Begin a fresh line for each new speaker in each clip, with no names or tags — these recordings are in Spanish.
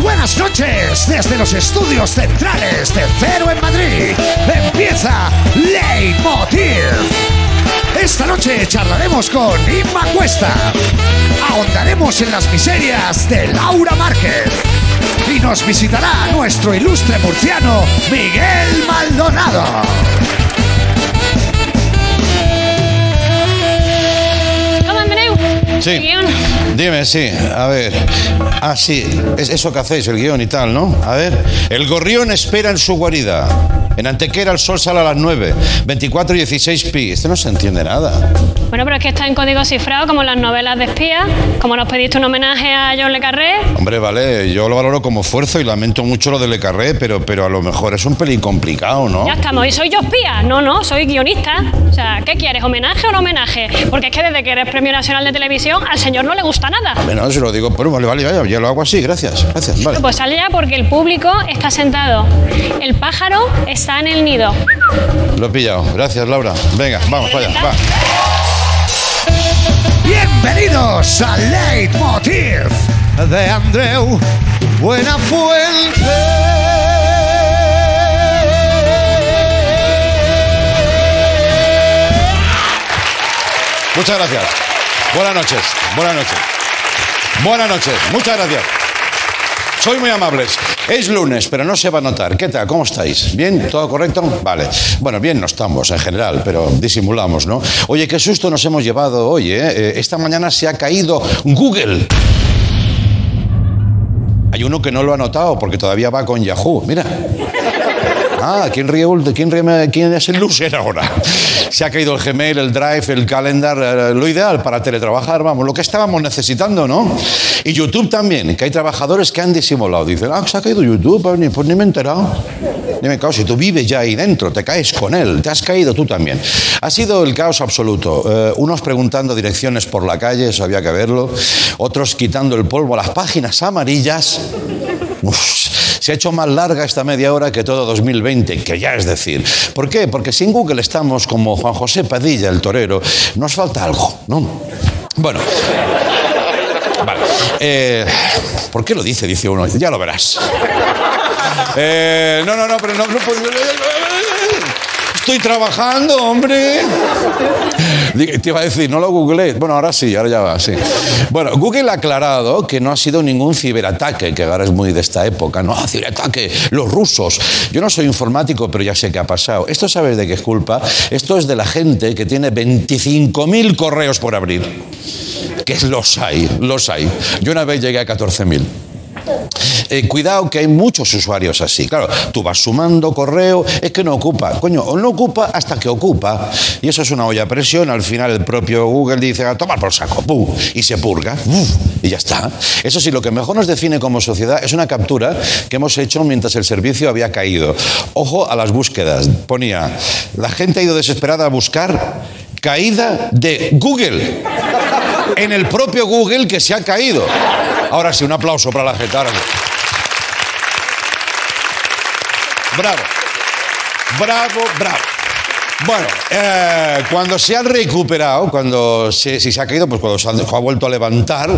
buenas noches desde los estudios centrales de Cero en Madrid. Empieza Leitmotiv. Esta noche charlaremos con Inma Cuesta. Ahondaremos en las miserias de Laura Márquez. Y nos visitará nuestro ilustre murciano Miguel Maldonado.
Toma, Andreu.
Sí.
Guión.
Dime, sí. A ver. Ah, sí. Es eso que hacéis, el guión y tal, ¿no? A ver. El gorrión espera en su guarida. En Antequera el sol sale a las 9. 24 y 16 pi. Esto no se entiende nada.
Bueno, pero es que está en código cifrado, como las novelas de espías, como nos pediste un homenaje a John Le Carré.
Hombre, vale, yo lo valoro como esfuerzo y lamento mucho lo de Le Carré, pero, pero a lo mejor es un pelín complicado, ¿no?
Ya estamos, ¿y soy yo espía? No, no, soy guionista. O sea, ¿qué quieres, homenaje o no homenaje? Porque es que desde que eres Premio Nacional de Televisión, al señor no le gusta nada.
Bueno, se lo digo, bueno, vale, vale, vale, ya lo hago así, gracias, gracias, vale.
Pues sale ya porque el público está sentado. El pájaro está en el nido.
Lo he pillado, gracias Laura. Venga, vamos, vaya, va.
Bienvenidos a Leitmotiv de Andreu Buena
Muchas gracias. Buenas noches, buenas noches. Buenas noches, muchas gracias. Soy muy amables. Es lunes, pero no se va a notar. ¿Qué tal? ¿Cómo estáis? ¿Bien? ¿Todo correcto? Vale. Bueno, bien no estamos en general, pero disimulamos, ¿no? Oye, qué susto nos hemos llevado hoy, ¿eh? Eh, Esta mañana se ha caído Google. Hay uno que no lo ha notado porque todavía va con Yahoo. Mira. Ah, ¿quién ríe, ult- quién ríe- quién es el loser ahora? Se ha caído el Gmail, el Drive, el Calendar, eh, lo ideal para teletrabajar, vamos, lo que estábamos necesitando, ¿no? Y YouTube también, que hay trabajadores que han disimulado. Dicen, ah, se ha caído YouTube, pues ni, pues ni me he enterado. Ni me he enterado. si tú vives ya ahí dentro, te caes con él, te has caído tú también. Ha sido el caos absoluto. Eh, unos preguntando direcciones por la calle, eso había que verlo. Otros quitando el polvo a las páginas amarillas. Uf, se ha hecho más larga esta media hora que todo 2020, que ya es decir. ¿Por qué? Porque sin Google estamos como Juan José Padilla, el torero. Nos falta algo, ¿no? Bueno. Vale. Eh, ¿Por qué lo dice? Dice uno. Ya lo verás. Eh, no, no, no, pero no, no puedo- Estoy trabajando, hombre. Digo, Te iba a decir, no lo googleé. Bueno, ahora sí, ahora ya va, sí. Bueno, Google ha aclarado que no ha sido ningún ciberataque, que ahora es muy de esta época. No, Ah, ciberataque, los rusos. Yo no soy informático, pero ya sé qué ha pasado. Esto sabes de qué es culpa. Esto es de la gente que tiene 25.000 correos por abrir. Que los hay, los hay. Yo una vez llegué a 14.000. Eh, cuidado que hay muchos usuarios así. Claro, tú vas sumando correo, es que no ocupa. Coño, o no ocupa hasta que ocupa. Y eso es una olla a presión. Al final el propio Google dice, a tomar por saco, pum, y se purga. Uf, y ya está. Eso sí, lo que mejor nos define como sociedad es una captura que hemos hecho mientras el servicio había caído. Ojo a las búsquedas. Ponía, la gente ha ido desesperada a buscar caída de Google. En el propio Google que se ha caído. Ahora sí, un aplauso para la gente. ahora sí. Bravo. Bravo, bravo. Bueno, eh, cuando se han recuperado, cuando se, si se ha caído, pues cuando se ha, ha vuelto a levantar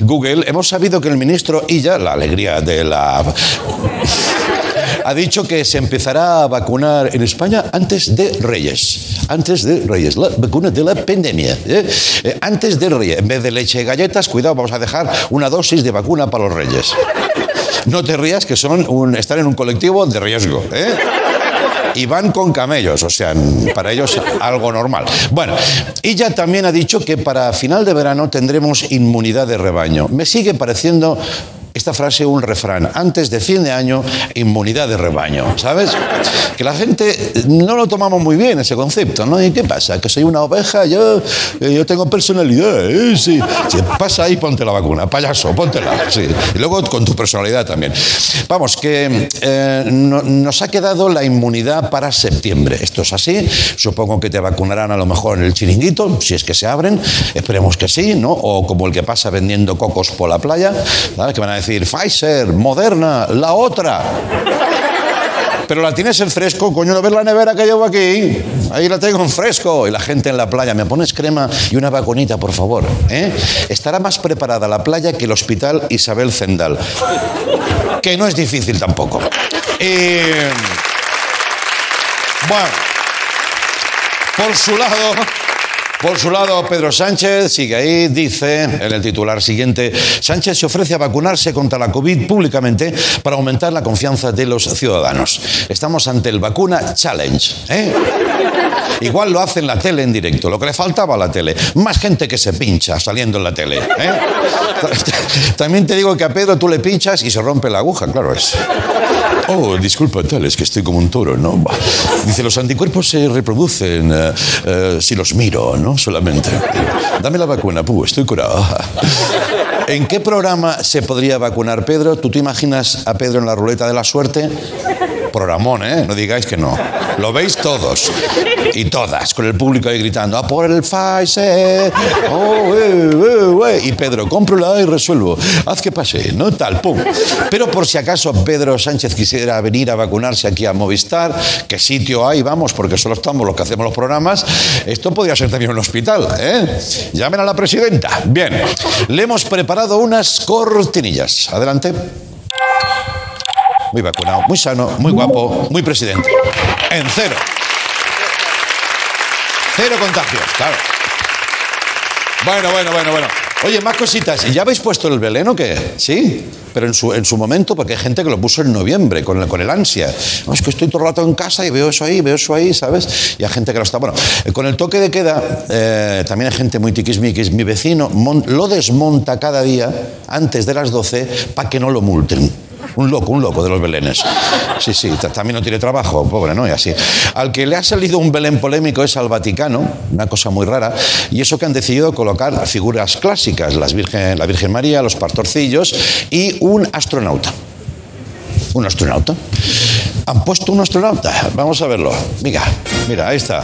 Google, hemos sabido que el ministro Illa, la alegría de la... Ha dicho que se empezará a vacunar en España antes de Reyes. Antes de Reyes. La vacuna de la pandemia. ¿eh? Eh, antes de Reyes. En vez de leche y galletas, cuidado, vamos a dejar una dosis de vacuna para los Reyes. No te rías que son un, están en un colectivo de riesgo. ¿eh? Y van con camellos, o sea, para ellos algo normal. Bueno, ella también ha dicho que para final de verano tendremos inmunidad de rebaño. Me sigue pareciendo esta frase un refrán. Antes de fin de año, inmunidad de rebaño, ¿sabes? Que la gente no lo tomamos muy bien ese concepto, ¿no? ¿Y qué pasa? Que soy una oveja, yo, eh, yo tengo personalidad, ¿eh? Sí. Sí, pasa ahí, ponte la vacuna, payaso, póntela. Sí. Y luego con tu personalidad también. Vamos, que eh, no- nos ha quedado la inmunidad para septiembre. Esto es así. Supongo que te vacunarán a lo mejor en el chiringuito, si es que se abren. Esperemos que sí, ¿no? O como el que pasa vendiendo cocos por la playa, ¿sabes? Que van a decir Pfizer, Moderna, la otra. Pero la tienes en fresco, coño, no ves la nevera que llevo aquí. Ahí la tengo en fresco. Y la gente en la playa, ¿me pones crema y una vaconita, por favor? ¿eh? Estará más preparada la playa que el hospital Isabel Zendal. Que no es difícil tampoco. Eh, bueno, por su lado. Por su lado, Pedro Sánchez sigue ahí, dice en el titular siguiente, Sánchez se ofrece a vacunarse contra la COVID públicamente para aumentar la confianza de los ciudadanos. Estamos ante el vacuna challenge. ¿eh? Igual lo hace en la tele en directo, lo que le faltaba a la tele. Más gente que se pincha saliendo en la tele. ¿eh? También te digo que a Pedro tú le pinchas y se rompe la aguja, claro es. Oh, disculpa, tal, es que estoy como un toro, ¿no? Bah. Dice, los anticuerpos se reproducen eh, eh, si los miro, ¿no? Solamente. Dame la vacuna, puh, estoy curado. ¿En qué programa se podría vacunar Pedro? ¿Tú te imaginas a Pedro en la ruleta de la suerte? Programón, ¿eh? No digáis que no. Lo veis todos y todas, con el público ahí gritando, ¡a por el Pfizer! ¡Oh, eh, eh, eh! Y Pedro, cómprala y resuelvo. Haz que pase, ¿no? Tal, pum. Pero por si acaso Pedro Sánchez quisiera venir a vacunarse aquí a Movistar, ¿qué sitio hay? Vamos, porque solo estamos los que hacemos los programas. Esto podría ser también un hospital, ¿eh? Llamen a la presidenta. Bien, le hemos preparado unas cortinillas. Adelante. Muy vacunado, muy sano, muy guapo, muy presidente. En cero. Cero contagios, claro. Bueno, bueno, bueno, bueno. Oye, más cositas. ¿Ya habéis puesto el Belén o qué? ¿Sí? Pero en su, en su momento, porque hay gente que lo puso en noviembre, con, la- con el ansia. No, es que estoy todo el rato en casa y veo eso ahí, veo eso ahí, ¿sabes? Y hay gente que lo está... Bueno, eh, con el toque de queda, eh, también hay gente muy tiquismiquis. Mi vecino mon- lo desmonta cada día antes de las 12 para que no lo multen. Un loco, un loco de los belenes. Sí, sí, ta- también no tiene trabajo, pobre, ¿no? Y así. Al que le ha salido un belén polémico es al Vaticano, una cosa muy rara, y eso que han decidido colocar figuras clásicas, las Virgen, la Virgen María, los pastorcillos y un astronauta. ¿Un astronauta? ¿Han puesto un astronauta? Vamos a verlo. Mira, mira, ahí está.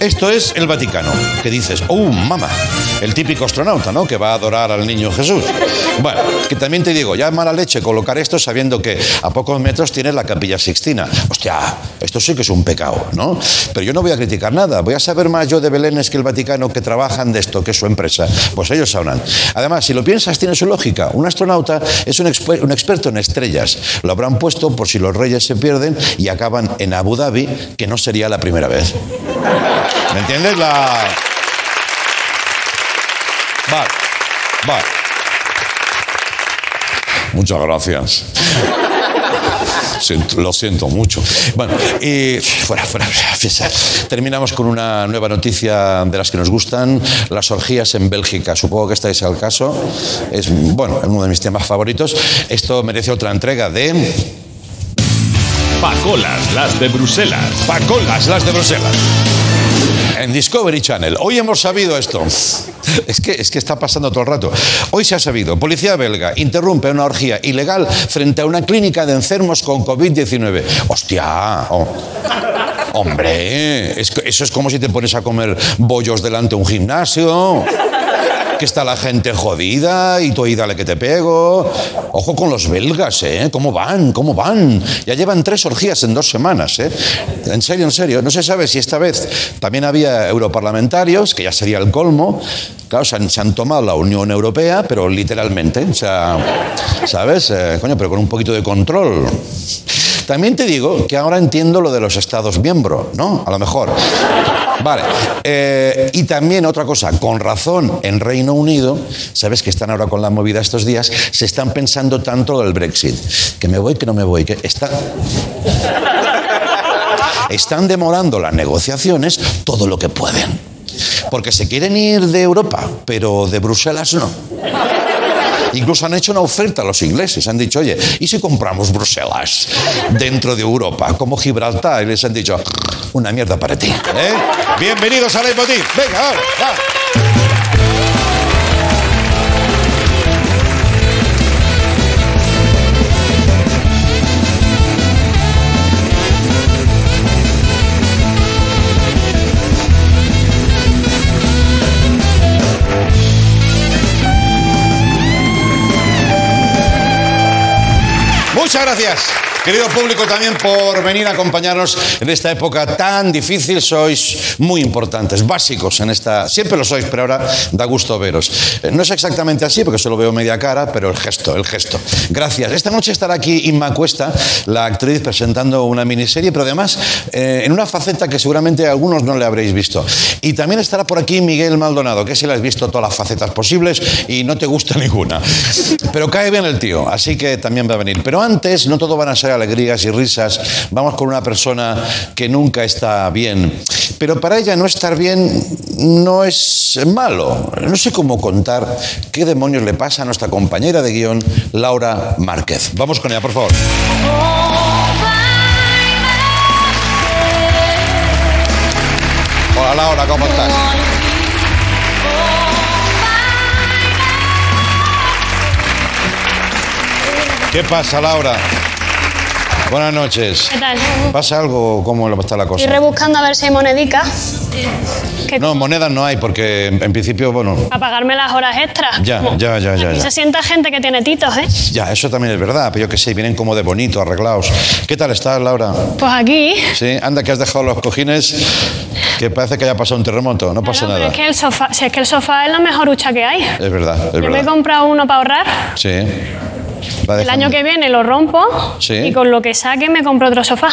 Esto es el Vaticano, que dices, ¡oh, mamá! El típico astronauta, ¿no? Que va a adorar al niño Jesús. Bueno, que también te digo, ya es mala leche colocar esto sabiendo que a pocos metros tienes la capilla Sixtina. Hostia, Ah, esto sí que es un pecado, ¿no? Pero yo no voy a criticar nada. Voy a saber más yo de Belénes que el Vaticano que trabajan de esto, que es su empresa. Pues ellos sabrán. Además, si lo piensas, tiene su lógica. Un astronauta es un, exper- un experto en estrellas. Lo habrán puesto por si los reyes se pierden y acaban en Abu Dhabi, que no sería la primera vez. ¿Me entiendes? La... Vale, vale. Muchas gracias. Siento- lo siento mucho. Bueno, y fuera, fuera, fuera, fiesta. Terminamos con una nueva noticia de las que nos gustan, las orgías en Bélgica. Supongo que estáis al caso. Es, bueno, uno de mis temas favoritos. Esto merece otra entrega de...
Pacolas, las de Bruselas.
Pacolas, las de Bruselas. En Discovery Channel. Hoy hemos sabido esto. Es que, es que está pasando todo el rato. Hoy se ha sabido. Policía belga interrumpe una orgía ilegal frente a una clínica de enfermos con COVID-19. ¡Hostia! Oh. Hombre, es que eso es como si te pones a comer bollos delante de un gimnasio. Que está la gente jodida y tú ahí dale que te pego. Ojo con los belgas, ¿eh? ¿Cómo van? ¿Cómo van? Ya llevan tres orgías en dos semanas, ¿eh? En serio, en serio. No se sabe si esta vez también había europarlamentarios, que ya sería el colmo. Claro, se han, se han tomado la Unión Europea, pero literalmente. O sea, ¿sabes? Eh, coño, pero con un poquito de control. También te digo que ahora entiendo lo de los Estados miembros, ¿no? A lo mejor. Vale. Eh, y también otra cosa, con razón, en Reino Unido, sabes que están ahora con la movida estos días, se están pensando tanto del Brexit. Que me voy, que no me voy, que está... Están demorando las negociaciones todo lo que pueden. Porque se quieren ir de Europa, pero de Bruselas no. Incluso han hecho una oferta a los ingleses. Han dicho, oye, ¿y si compramos Bruselas dentro de Europa, como Gibraltar? Y les han dicho, una mierda para ti. ¿eh? Bienvenidos a Leitmotiv. Venga, vale, va. Muy Muchas gracias, querido público, también por venir a acompañarnos en esta época tan difícil. Sois muy importantes, básicos en esta. Siempre lo sois, pero ahora da gusto veros. Eh, No es exactamente así, porque solo veo media cara, pero el gesto, el gesto. Gracias. Esta noche estará aquí Inma Cuesta, la actriz, presentando una miniserie, pero además eh, en una faceta que seguramente algunos no le habréis visto. Y también estará por aquí Miguel Maldonado, que si le has visto todas las facetas posibles y no te gusta ninguna. Pero cae bien el tío, así que también va a venir. Pero antes, no todo van a ser alegrías y risas. Vamos con una persona que nunca está bien. Pero para ella no estar bien no es malo. No sé cómo contar qué demonios le pasa a nuestra compañera de guión, Laura Márquez. Vamos con ella, por favor. Hola Laura, ¿cómo estás? ¿Qué pasa, Laura? Buenas noches.
¿Qué tal?
¿Pasa algo? ¿Cómo está la
Estoy
cosa?
rebuscando a ver si hay monedica. Que
No, monedas no hay, porque en en principio, bueno,
Para pagarme las horas extras.
Ya,
Como-
ya, ya, ya,
Aquí
ya.
se sienta gente que tiene titos, ¿eh?
ya, eso también es verdad, pero yo qué sé, vienen como de bonito, arreglados. ¿Qué tal estás, Laura?
Pues aquí.
Sí, anda que has dejado los cojines, que parece que haya pasado un terremoto, no pasa
Claro, pero
nada.
es que el sofá, si es que el sofá es la mejor hucha que hay.
Es verdad, es
Yo me he
verdad.
comprado uno para ahorrar.
Sí. Va
El año
dejando.
que viene lo rompo
Sí.
y con lo que saque me compro otro sofá.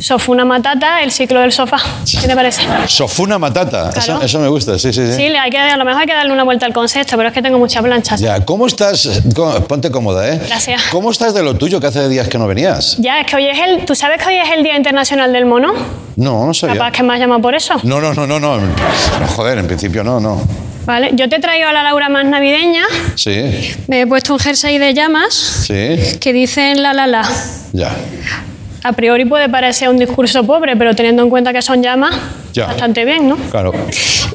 Sofuna matata, el ciclo del sofá. ¿Qué te parece?
Sofuna matata,
Claro.
eso, eso me gusta, sí, sí, sí.
Sí, le hay que, a lo mejor hay que darle una vuelta al concepto, pero es que tengo mucha plancha. Ya.
Ya, ¿cómo estás? Co- Ponte cómoda, ¿eh?
Gracias.
¿Cómo estás de lo tuyo que hace días que no venías?
es que hoy es el. ¿Tú sabes que hoy es el Día Internacional del Mono?
No, no sabía.
Capaz que me has llamado por eso.
Oh, No, no, no, no, no. No, joder, en principio no, no.
Vale, yo te he traído a la Laura más navideña.
Sí,
Me he puesto un jersey de llamas
sí,
que dicen la la la.
ya.
A priori puede parecer un discurso pobre, pero teniendo en cuenta que son llamas,
Ya.
bastante bien, ¿no?
Claro,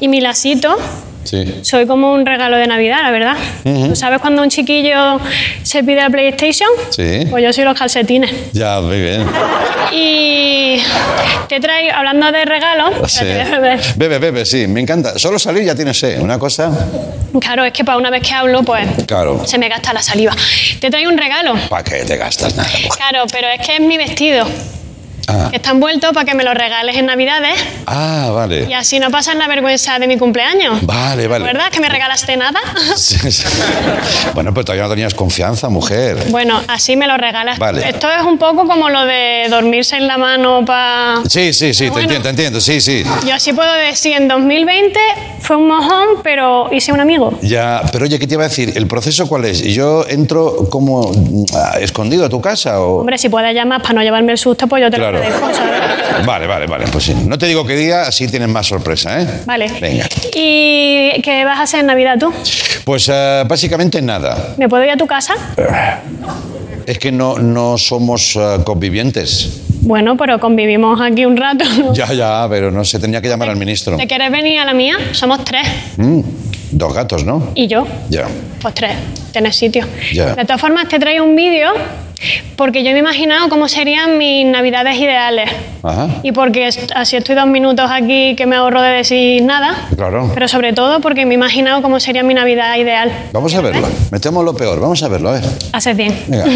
Y mi lacito,
sí.
soy como un regalo de Navidad, la verdad. ¿Tú sabes cuando un chiquillo se pide la PlayStation?
Sí.
Pues yo soy los calcetines.
Ya, ¿eh? muy bien.
Y te traigo, hablando de regalos,
Sí.
espérate, voy a beber.
Bebe, bebe, sí, me encanta. Solo salir ya tienes sed. Una cosa,
claro, es que para una vez que hablo, pues
claro.
se me gasta la saliva. Te traigo un regalo.
¿Para qué te gastas nada? Buah.
Claro, pero es que es mi vestido.
Ah,
Está envuelto para que me lo regales en Navidades
ah,
y
vale.
así no pasas la vergüenza de mi cumpleaños.
Vale, vale.
¿Verdad? ¿Que me regalaste nada?
Sí, sí. Bueno, pero todavía no tenías confianza, mujer.
Bueno, así me lo regalas.
Vale.
Esto es un poco como lo de dormirse en la mano para...
Sí, sí, sí, te
Bueno.
entiendo, te entiendo. Sí, sí.
Yo sí puedo decir, en 2020 fue un mojón, pero hice un amigo.
Ya, pero oye, ¿qué te iba a decir? ¿El proceso cuál es? ¿Yo entro como mm, ah, escondido a tu casa o...?
Hombre, si puedes llamar para no llevarme el susto, pues yo te
Claro.
lo agradezco, ¿sabes?
Vale, vale, vale. Pues sí. No te digo qué día, así tienes más sorpresa, ¿eh?
Vale.
Venga.
¿Y qué vas a hacer en Navidad tú?
Pues ah, básicamente nada.
¿Me puedo ir a tu casa?
Es que no, no somos ah, convivientes.
Bueno, pero convivimos aquí un rato.
Ya, ya, pero no se tenía que llamar al ministro.
¿Te quieres venir a la mía? Somos tres.
Mm, dos gatos, ¿no?
Y yo.
Ya.
Pues tres, tenés sitio.
Ya.
De todas formas, te traigo un vídeo porque yo me he imaginado cómo serían mis navidades ideales.
Ajá.
Y porque est- así estoy dos minutos aquí que me ahorro de decir nada.
Claro.
Pero sobre todo porque me he imaginado cómo sería mi Navidad ideal.
Vamos a verlo. Metemos lo peor. Vamos a verlo, a ver.
Haces bien.
Venga.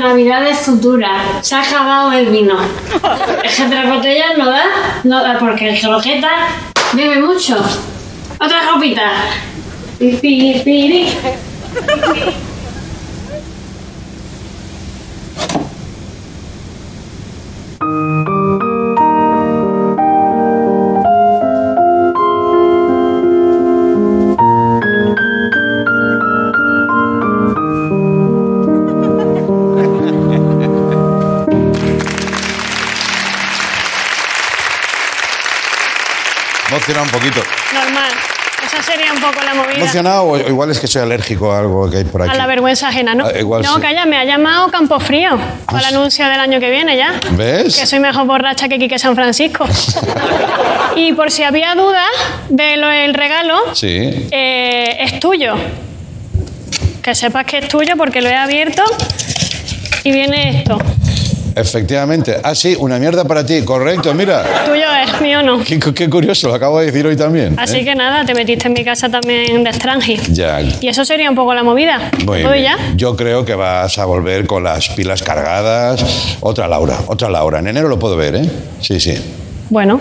navidades futuras. Se ha acabado el vino. Es que tres botellas no da, no da porque el gelojeta bebe mucho. Otra copita. Pi, pi, piri.
Emocionado un poquito.
Normal. Esa sería un poco la movida.
Emocionado, o igual es que soy alérgico a algo que hay por aquí.
A la vergüenza ajena, ¿no?
Ah, igual
no,
sí. Pues-
calla, me ha llamado Campofrío para el anuncio del año que viene ya.
¿Ves?
Que soy mejor borracha que Quique San Francisco. y por si había dudas de lo del regalo,
Sí.
eh, es tuyo. Que sepas que es tuyo porque lo he abierto y viene esto.
Efectivamente. Ah, sí, una mierda para ti. Correcto, mira.
Tuyo es, mío no.
Qué, qué curioso, lo acabo de decir hoy también.
Así
¿eh?
que nada, te metiste en mi casa también de extranji.
Ya.
Y eso sería un poco la movida.
Muy
¿Puedo
bien.
ya?
Yo creo que vas a volver con las pilas cargadas. Otra Laura, otra Laura. En enero lo puedo ver, ¿eh? Sí, sí.
Bueno,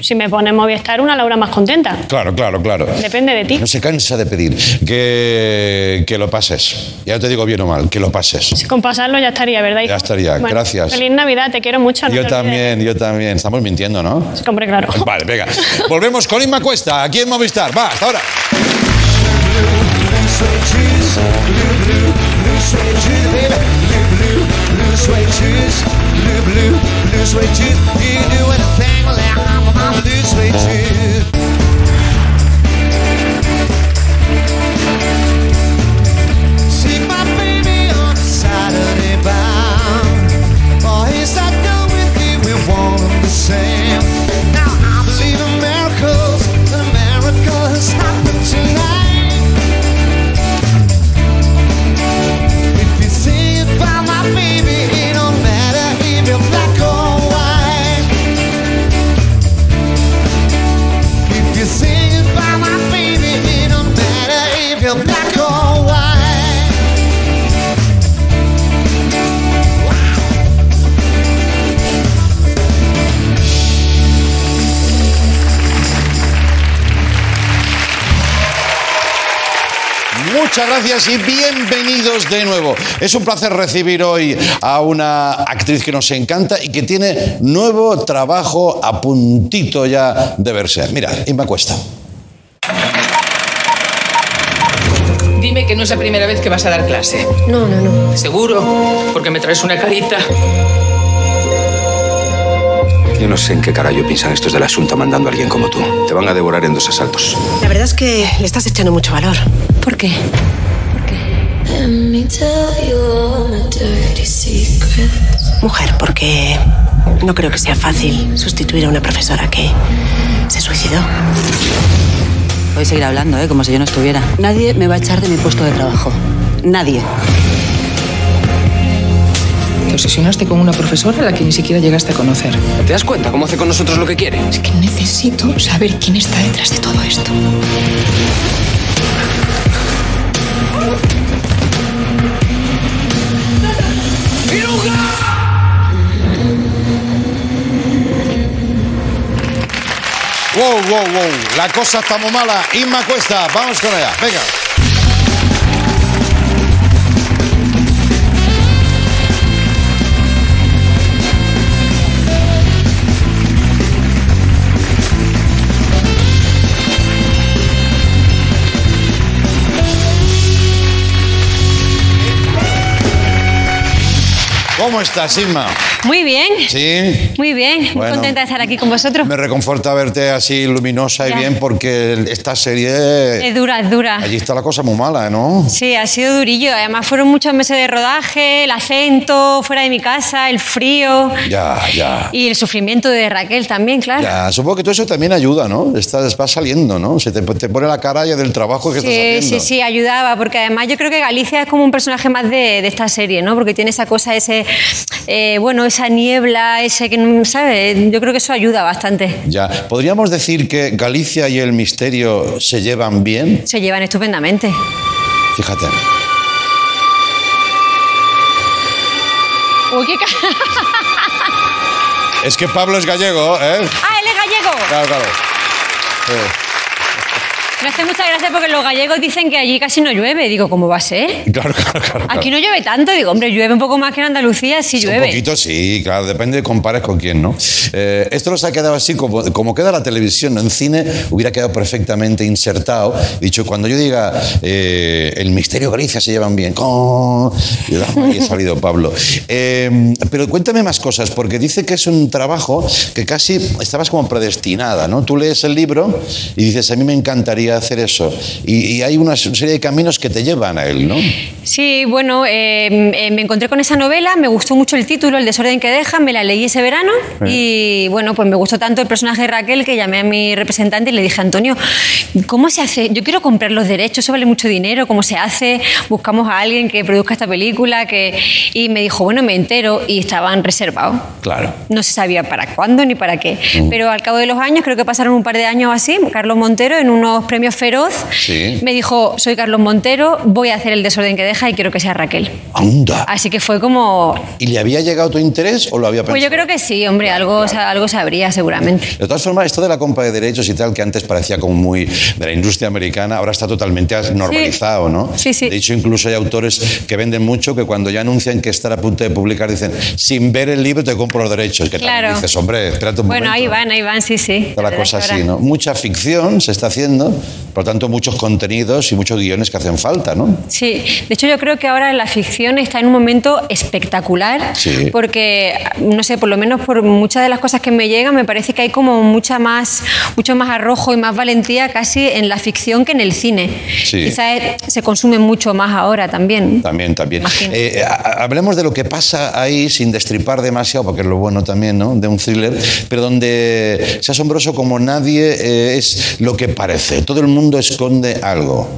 si me pones Movistar, una Laura más contenta.
Claro, claro, claro.
Depende de ti.
No se cansa de pedir que, que lo pases. Ya te digo bien o mal, que lo pases.
Si con pasarlo ya estaría, ¿verdad? hijo?
Ya estaría, gracias.
Feliz Navidad, te quiero mucho. no
Yo
te olvides.
también, yo también. Estamos mintiendo, ¿no?
Hombre, claro.
Vale, venga. Volvemos con Inma Cuesta, aquí en Movistar. Va, hasta ahora.
See my baby on Saturday bound. Boys that go with me, we want 'em the same. Now I believe in miracles, and a miracle has happened tonight. If you say it by my baby, it don't matter if you're black or white. If you sing it by my baby, it don't matter if you're black or white.
Muchas gracias y bienvenidos de nuevo. Es un placer recibir hoy a una actriz que nos encanta y que tiene nuevo trabajo a puntito ya de verse. Mira, Inma Cuesta.
Dime que no es la primera vez que vas a dar clase.
No, no, no.
Seguro, porque me traes una carita.
Yo no sé en qué carajo piensan estos de la Junta mandando a alguien como tú. Te van a devorar en dos asaltos.
La verdad es que le estás echando mucho valor. ¿Por qué?
Let me tell you all my dirty secrets.
Mujer, porque no creo que sea fácil sustituir a una profesora que se suicidó.
Voy a seguir hablando, ¿eh? como si yo no estuviera. Nadie me va a echar de mi puesto de trabajo. Nadie.
Te obsesionaste con una profesora a la que ni siquiera llegaste a conocer.
¿Te das cuenta cómo hace con nosotros lo que quiere?
Es que necesito saber quién está detrás de todo esto.
Wow, wow, wow. La cosa está muy mala. Inma Cuesta, vamos con ella. Venga. ¿Cómo estás, Inma?
Muy bien,
Sí.
muy bien. Muy
Bueno.
contenta de estar aquí con vosotros.
Me reconforta verte así luminosa y
Ya.
bien porque esta serie...
Es dura, es dura.
Allí está la cosa muy mala, ¿no?
Sí, ha sido durillo. Además, fueron muchos meses de rodaje, el acento, fuera de mi casa, el frío.
Ya, ya.
Y el sufrimiento de Raquel también, claro.
Ya, supongo que todo eso también ayuda, ¿no? Estás, vas saliendo, ¿no? Se te, te pone la cara ya del trabajo que
Sí,
estás
sí,
haciendo.
sí, ayudaba, porque además yo creo que Galicia es como un personaje más de, de esta serie, ¿no? Porque tiene esa cosa, ese, eh, bueno, esa niebla, ese que, no- ¿sabes? Yo creo que eso ayuda bastante.
Ya. ¿Podríamos decir que Galicia y el misterio se llevan bien?
Se llevan estupendamente.
Fíjate.
gallego, qué ca-
Es que Pablo es gallego, ¿eh?
¡Ah, él es gallego!
Claro, claro. Sí.
Me hace mucha gracia porque los gallegos dicen que allí casi no llueve. Digo, ¿cómo va a ser?
Claro, claro, claro.
Aquí no llueve tanto. Digo, hombre, llueve un poco más que en Andalucía, sí
Un
llueve.
poquito sí, claro, depende de compares con quién, ¿no? Eh, esto nos ha quedado así, como, como queda la televisión, ¿no? en cine hubiera quedado perfectamente insertado. Dicho, cuando yo diga eh, el misterio Galicia se llevan bien, con. y da- ahí ha salido Pablo. Eh, pero cuéntame más cosas, porque dice que es un trabajo que casi estabas como predestinada, ¿no? Tú lees el libro y dices, a mí me encantaría hacer eso. Y, y hay una serie de caminos que te llevan a él, ¿no?
Sí, bueno, eh, eh, me encontré con esa novela, me gustó mucho el título, El desorden que deja, me la leí ese verano y bueno, pues me gustó tanto el personaje de Raquel que llamé a mi representante y le dije, Antonio, ¿cómo se hace? Yo quiero comprar los derechos, eso vale mucho dinero, ¿cómo se hace? Buscamos a alguien que produzca esta película que... y me dijo, bueno, me entero y estaban reservados.
Claro.
No se sabía para cuándo ni para qué. Pero al cabo de los años, creo que pasaron un par de años así, Carlos Montero, en unos premios feroz,
Sí.
me dijo, soy Carlos Montero, voy a hacer el desorden que deja y quiero que sea Raquel.
Anda.
Así que fue como...
¿Y le había llegado tu interés o lo había pensado?
Pues yo creo que sí, hombre, algo, sa- algo sabría seguramente.
De todas formas, esto de la compra de derechos y tal, que antes parecía como muy de la industria americana, ahora está totalmente normalizado, ¿no?
Sí, sí.
De hecho, incluso hay autores que venden mucho que cuando ya anuncian que están a punto de publicar, dicen, sin ver el libro te compro los derechos. Que también
Claro.
dices, hombre, espérate un
Bueno,
momento.
ahí van, ahí van, sí, sí.
Está la
verdad
cosa
es que
así,
ahora-
¿no? Mucha ficción se está haciendo, por lo tanto, muchos contenidos y muchos guiones que hacen falta, ¿no?
Sí, de hecho yo creo que ahora la ficción está en un momento espectacular
Sí.
porque no sé, por lo menos por muchas de las cosas que me llegan me parece que hay como mucha más mucho más arrojo y más valentía casi en la ficción que en el cine.
Sí.
Quizás eh, se consume mucho más ahora también.
También, también.
Imagino.
Eh, ha- hablemos de lo que pasa ahí sin destripar demasiado, porque es lo bueno también, ¿no? De un thriller, pero donde es asombroso como nadie eh, es lo que parece. Todo el mundo esconde algo.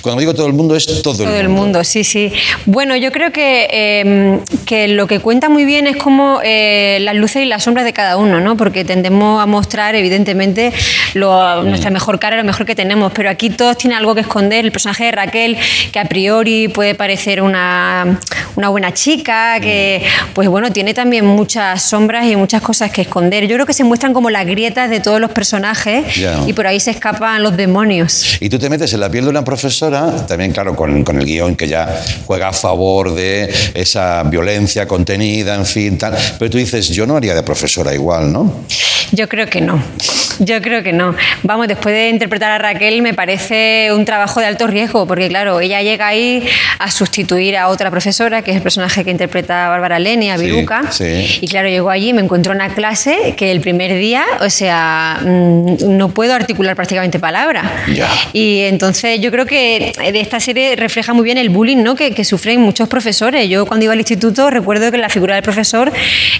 Cuando digo todo el mundo es todo,
Todo el mundo, sí, sí. Bueno, yo creo que, eh, que lo que cuenta muy bien es como eh, las luces y las sombras de cada uno, ¿no? Porque tendemos a mostrar, evidentemente, lo- nuestra mejor cara, lo mejor que tenemos, pero aquí todos tienen algo que esconder. El personaje de Raquel, que a priori puede parecer una, una buena chica, que, pues bueno, tiene también muchas sombras y muchas cosas que esconder. Yo creo que se muestran como las grietas de todos los personajes
Ya.
y por ahí se escapan los demonios.
Y tú te metes en la piel de una profesora, también claro, con, con el guión que ya juega a favor de esa violencia contenida, en fin, tal. Pero tú dices, yo no haría de profesora igual, ¿no?
Yo creo que no. Yo creo que no. Vamos, después de interpretar a Raquel me parece un trabajo de alto riesgo, porque claro, ella llega ahí a sustituir a otra profesora, que es el personaje que interpreta a Bárbara Leni, a
Sí,
Viruca.
sí.
Y claro, llegó allí, me encontró una clase que el primer día, o sea, mm, no puedo articular prácticamente palabra.
Ya.
Y entonces yo creo que de esta serie refleja muy bien el bullying ¿no? que, que sufren muchos profesores. Yo cuando iba al instituto recuerdo que la figura del profesor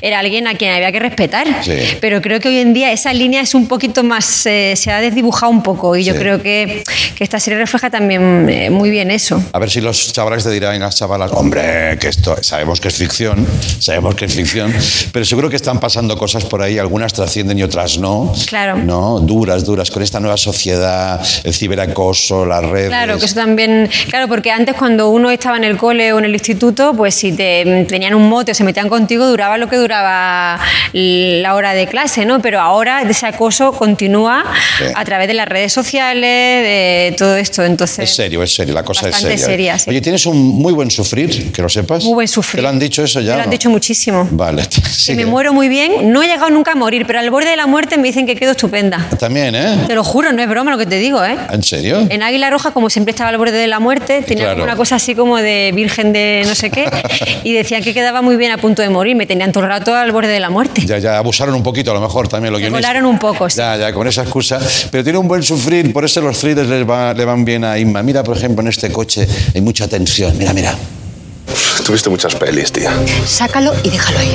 era alguien a quien había que respetar.
Sí.
Pero creo que hoy en día esa línea es un poquito más, eh, se ha desdibujado un poco y yo
Sí.
creo que, que esta serie refleja también eh, muy bien eso.
A ver si los chavales te dirán, y las chavalas, hombre, que esto sabemos que es ficción, sabemos que es ficción, pero seguro que están pasando cosas por ahí, algunas trascienden y otras no.
Claro.
No, duras, duras, con esta nueva sociedad, el ciberacoso, las redes.
Claro, que eso también. Claro, porque antes cuando uno estaba en el cole o en el instituto, pues si te tenían un mote o se metían contigo, duraba lo que duraba la hora de clase, ¿no? Pero ahora ese acoso continúa
Sí.
a través de las redes sociales, de todo esto. Entonces.
Es serio, es serio, la cosa
Bastante
es seria.
seria, sí.
Oye, tienes un muy buen sufrir, que lo sepas.
Muy buen sufrir.
¿Te lo han dicho eso ya?
Me lo han
no?
dicho muchísimo.
Vale. sí
Que me
que-
muero muy bien. No he llegado nunca a morir, pero al borde de la muerte me dicen que quedo estupenda.
También, ¿eh?
Te lo juro, no es broma lo que te digo, ¿eh?
¿En serio?
En Águila Roja, como siempre estaba al borde de la muerte, tenía
Claro.
como una cosa así como de virgen de no sé qué, y decían que quedaba muy bien a punto de morir. Me tenían todo el rato al borde de la muerte.
Ya, ya, abusaron un poquito a lo mejor también los
Se
guionistas.
volaron un poco, sí.
Ya, ya, con esa excusa. Pero tiene un buen sufrir, por eso los thrillers les va- le van bien a Inma. Mira, por ejemplo, en este coche hay mucha tensión. Mira, mira.
Tuviste muchas pelis, tía.
Sácalo y déjalo ahí.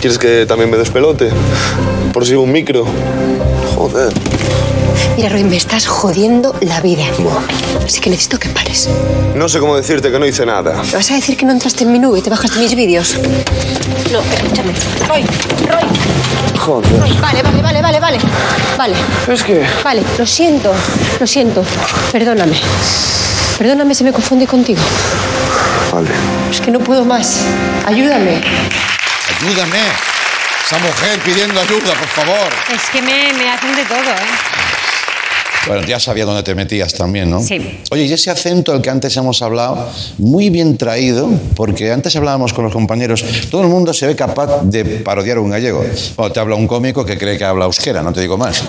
¿Quieres que también me despelote? Por si un micro. Joder.
Mira, Ruin, me estás jodiendo la vida. Así que necesito que pares.
No sé cómo decirte que no hice nada.
¿Me vas a decir que no entraste en mi nube y te bajaste mis vídeos? No, escúchame. Roy, Roy,
Joder.
Roy. Vale, vale, vale, vale, vale. Vale,
Es que...
vale, lo siento, lo siento. Perdóname. Perdóname si me confundí contigo.
culpable.
Es que no puedo más. Ayúdame.
Ayúdame. Esa mujer pidiendo ayuda, por favor.
Es que me, me hacen de todo, ¿eh?
Bueno, ya sabía dónde te metías también, ¿no?
Sí.
Oye, y ese acento del que antes hemos hablado, muy bien traído, porque antes hablábamos con los compañeros, todo el mundo se ve capaz de parodiar a un gallego. Bueno, te habla un cómico que cree que habla euskera, no te digo más.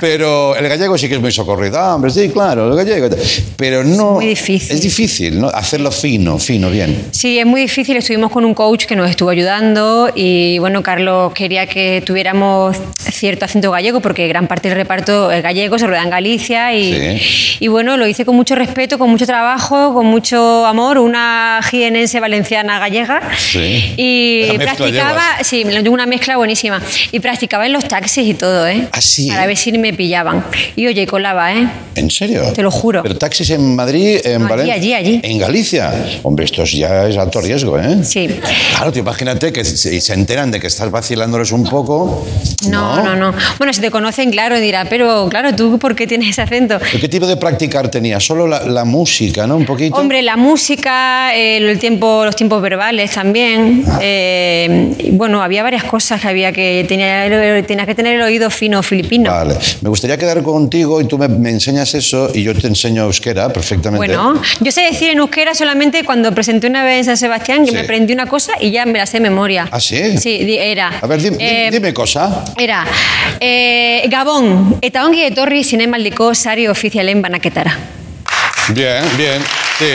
Pero el gallego sí que es muy socorrido. Ah, hombre, sí, claro, el gallego. Pero no... Es
muy difícil.
Es difícil, ¿no? Hacerlo fino, fino, bien.
Sí, es muy difícil. Estuvimos con un coach que nos estuvo ayudando y, bueno, Carlos quería que tuviéramos cierto acento gallego porque gran parte del reparto es gallego, se rueda en Galicia y, y, bueno, lo hice con mucho respeto, con mucho trabajo, con mucho amor, una jienense valenciana gallega
Sí.
y
La mezcla
practicaba,
llevas.
sí, me lo- una mezcla buenísima y practicaba en los taxis y todo, ¿eh?
Así.
Para ver si me pillaban. Y oye, colaba, ¿eh?
¿En serio?
Te lo juro.
Pero taxis en Madrid, en
No, allí,
Valencia.
allí, allí.
En Galicia. Hombre, esto es- ya es alto riesgo, ¿eh?
Sí.
Claro, tú imagínate que se, se enteran de que estás vacilándoles un poco.
No, no, no. Bueno, si te conocen, claro, dirá, pero claro, ¿tú por qué tienes ese acento?
¿Qué tipo de practicar tenía? Solo la, la música, ¿no? Un poquito.
Hombre, la música, eh, el tiempo, los tiempos verbales también. Eh, y bueno, había varias cosas que había que tenía, tenías que tener el oído fino filipino.
Vale. Me gustaría quedar contigo y tú me, me enseñas eso y yo te enseño euskera perfectamente.
Bueno, yo sé decir en euskera solamente cuando presenté una vez en San Sebastián que
Sí.
me aprendí una cosa y ya me la sé de memoria.
¿Ah, sí?
Sí, di- era.
A ver, dime,
eh,
dime cosa.
Era, eh, Gabón, eta ongi etorri zinemaldiko sari ofizialen banaketara.
Bien, bien, sí.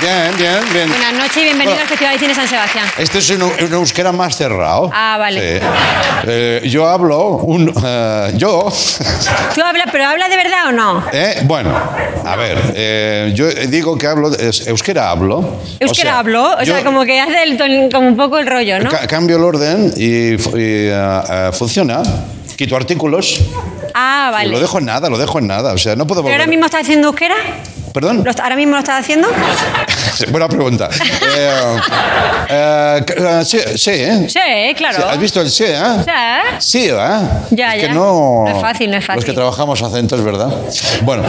Bien, bien, bien.
Buenas noches y bienvenido al Festival de Cine San Sebastián.
Este es un, un euskera más cerrado.
Ah, vale.
Sí. Eh, yo hablo un... eh, yo...
¿Tú hablas, pero hablas de verdad o no?
Eh, bueno, a ver, eh, yo digo que hablo, es- euskera hablo. O
Euskera
sea,
hablo, o
yo
sea, como que hace el ton- como un poco el rollo, ¿no?
ca- cambio el orden y, fu- y, ah, ah, funciona. Quito artículos.
Ah, vale.
Lo dejo en nada, lo dejo en nada. O sea, no puedo
¿Pero
volver.
ahora mismo estás haciendo euskera?
Perdón.
¿Lo est- ¿Ahora mismo lo estás haciendo?
Buena pregunta. Eh, eh, ca- sí, sí, ¿eh?
Sí, claro.
Sí, ¿Has visto el sí, eh?
Sí.
Sí, ¿verdad?
Ya,
Es que
ya.
no...
No es fácil, no es
Los que
fácil.
trabajamos acentos, ¿verdad? Bueno,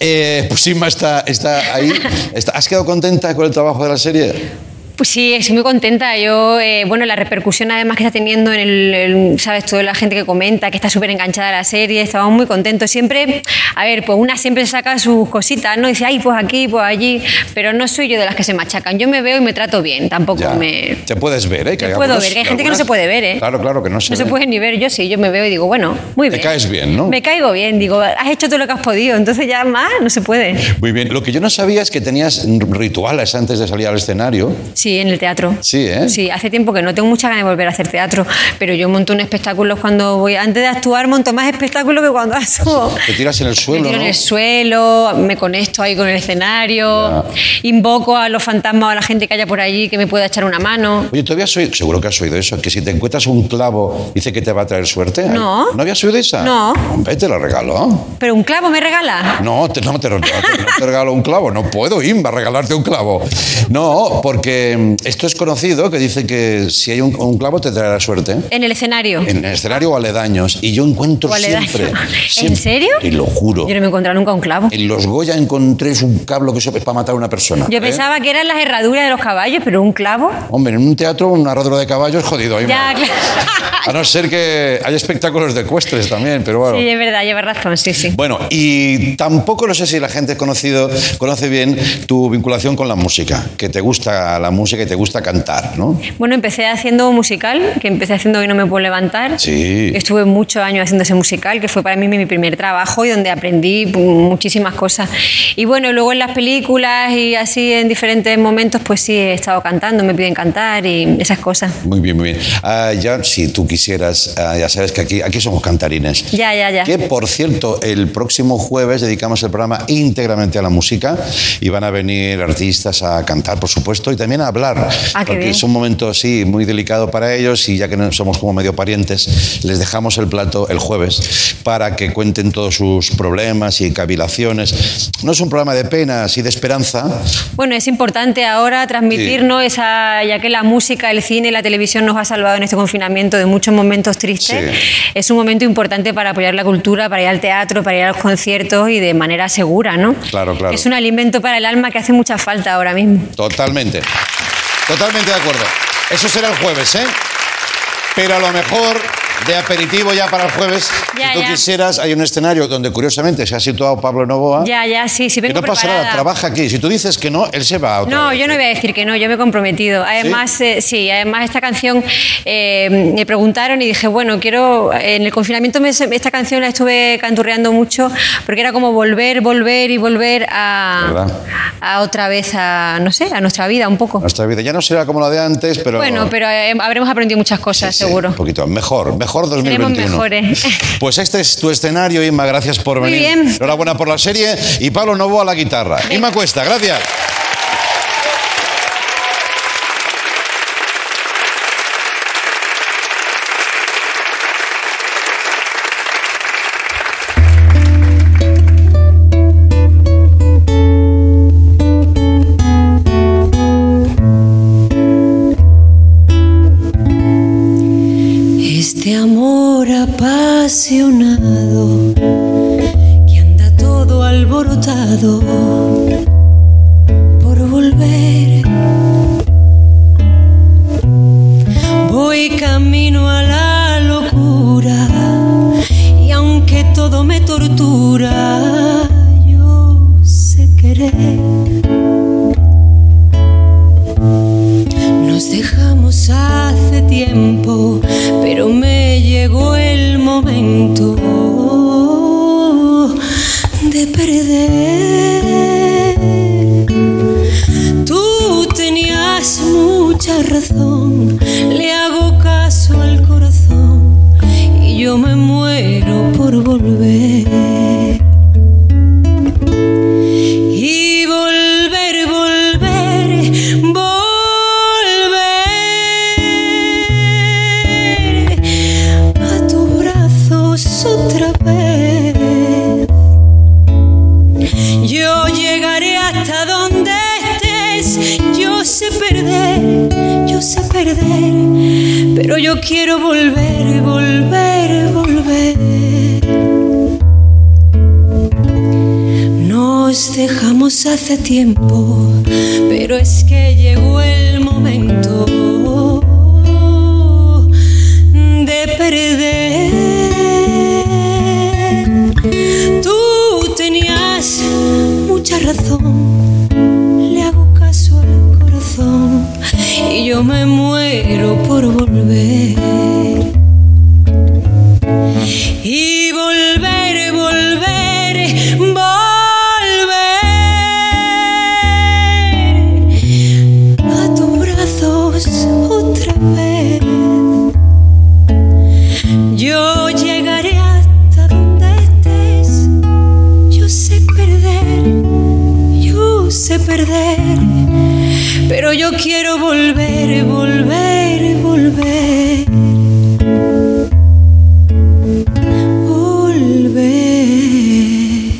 eh, pues Inma está, está ahí. Está- ¿Has quedado contenta con el trabajo de la serie?
Pues sí, estoy muy contenta. Yo, eh, bueno, la repercusión además que está teniendo en el, el- sabes, toda la gente que comenta, que está súper enganchada a la serie, estamos muy contentos. Siempre, a ver, pues una siempre saca sus cositas, ¿no? Dice, ay, pues aquí, pues allí, pero no soy yo de las que se machacan. Yo me veo y me trato bien, tampoco
Ya.
me...
Te puedes ver, ¿eh? Que
Me
hay
puedo
algunos-
ver, que hay gente que no se puede ver, ¿eh?
Claro, claro, que no se
No se
ve.
puede ni ver, yo sí, yo me veo y digo, bueno, muy
Te
bien.
caes bien, ¿no?
Me caigo bien, digo, has hecho todo lo que has podido, entonces ya más no se puede.
Muy bien. Lo que yo no sabía es que tenías rituales antes de salir al escenario.
Sí, en el teatro.
Sí, ¿eh?
Sí, hace tiempo que no tengo mucha ganas de volver a hacer teatro, pero yo monto un espectáculo cuando voy, antes de actuar monto más espectáculo que cuando asumo.
Te tiras en el
Me
suelo,
tiro en
¿no?
el suelo, me conecto ahí con el escenario, invoco a los fantasmas o a la gente que haya por allí que me pueda echar una mano.
Oye, todavía soy, seguro que has oído eso, que si te encuentras un clavo, dice que te va a traer suerte.
No.
¿No habías oído esa?
No.
Hombre, te lo regalo.
Pero un clavo me regala.
No, te, no, te, no, te- no te regalo un clavo, no puedo, Imba, regalarte un clavo. No, porque mm, esto es conocido que dice que si hay un, un clavo te traerá suerte.
En el escenario.
En el escenario o aledaños. Y yo encuentro
O aledaño.
siempre,
¿En
siempre-
serio?
Te lo juro.
Yo no me he encontrado nunca un clavo.
En los Goya encontré un cablo que eso es para matar a una persona.
Yo
¿eh?
pensaba que eran las herraduras de los caballos, pero un clavo.
Hombre, en un teatro, un arrodro de caballos, jodido. Inma.
Ya, claro.
A no ser que hay espectáculos de ecuestres también, pero bueno.
Sí, es verdad, lleva razón, sí, sí.
Bueno, y tampoco no sé si la gente es conocido, conoce bien tu vinculación con la música, que te gusta la música y te gusta cantar, ¿no?
Bueno, empecé haciendo musical, que empecé haciendo Hoy no me puedo levantar.
Sí.
Estuve muchos años haciendo ese musical, que fue para mí mi primer trabajo y donde aprendí pues, muchísimas cosas. Y bueno, luego en las películas y así en diferentes momentos, pues sí, he estado cantando, me piden cantar y esas cosas.
Muy bien, muy bien. Ah, ya, si tú quisieras, ah, ya sabes que aquí, aquí somos cantarines.
Ya, ya, ya.
Que por cierto, el próximo jueves dedicamos el programa íntegramente a la música y van a venir artistas a cantar, por supuesto, y también a hablar.
Ah, qué
porque
bien.
es un momento, sí, muy delicado para ellos y ya que no- somos como medio parientes, les dejamos el plato el jueves para que cuenten todos sus problemas y cavilaciones. No es un programa de penas y de esperanza,
Bueno, es importante ahora transmitir,
Sí.
¿no? Esa, ya que la música, el cine y la televisión nos ha salvado en este confinamiento de muchos momentos tristes,
Sí.
es un momento importante para apoyar la cultura, para ir al teatro, para ir a los conciertos y de manera segura, ¿no?
Claro, claro.
Es un alimento para el alma que hace mucha falta ahora mismo.
Totalmente. Totalmente de acuerdo. Eso será el jueves, ¿eh? Pero a lo mejor de aperitivo ya para el jueves,
Ya,
si tú
ya.
quisieras, hay un escenario donde curiosamente se ha situado Pablo Novoa.
Ya, ya, sí, sí,
que
vengo
no pasa nada,
preparada.
trabaja aquí. Si tú dices que no, él se va a otra
No,
vez. ¿eh?
yo no voy a decir que no, yo me he comprometido. Además, ¿Sí? sí, además esta canción eh, me preguntaron y dije, bueno, quiero, en el confinamiento me- esta canción la estuve canturreando mucho porque era como volver, volver y volver a,
¿Verdad?
a otra vez a, no sé, a nuestra vida un poco.
Nuestra vida ya no será como la de antes, pero.
Bueno, pero eh, habremos aprendido muchas cosas, seguro.
Un poquito mejor, mejor
Seremos
2021.
mejores.
Pues este es tu escenario, Inma. Gracias por
Muy
venir.
bien.
Enhorabuena por la serie y Pablo Novoa a la guitarra. Inma Cuesta, gracias.
Este amor apasionado que anda todo alborotado por volver. Voy camino a la locura y aunque todo me tortura, yo sé querer. Nos dejamos hace tiempo, pero me llegó el momento de perder. Tú tenías mucha razón, le hago caso al corazón y yo me muero por volver. Y volver, volver, volver a tus brazos otra vez. Yo llegaré hasta donde estés, yo sé perder, yo sé perder, pero yo quiero volver, volver, volver. Nos dejamos hace tiempo, pero es que llegó el momento de perder. Tú tenías mucha razón, le hago caso al corazón y yo me muero por volver y volver, volver, volver a tus brazos otra vez. Yo llegaré hasta donde estés. Yo sé perder, yo sé perder, pero yo quiero volver, volver, volver. volver.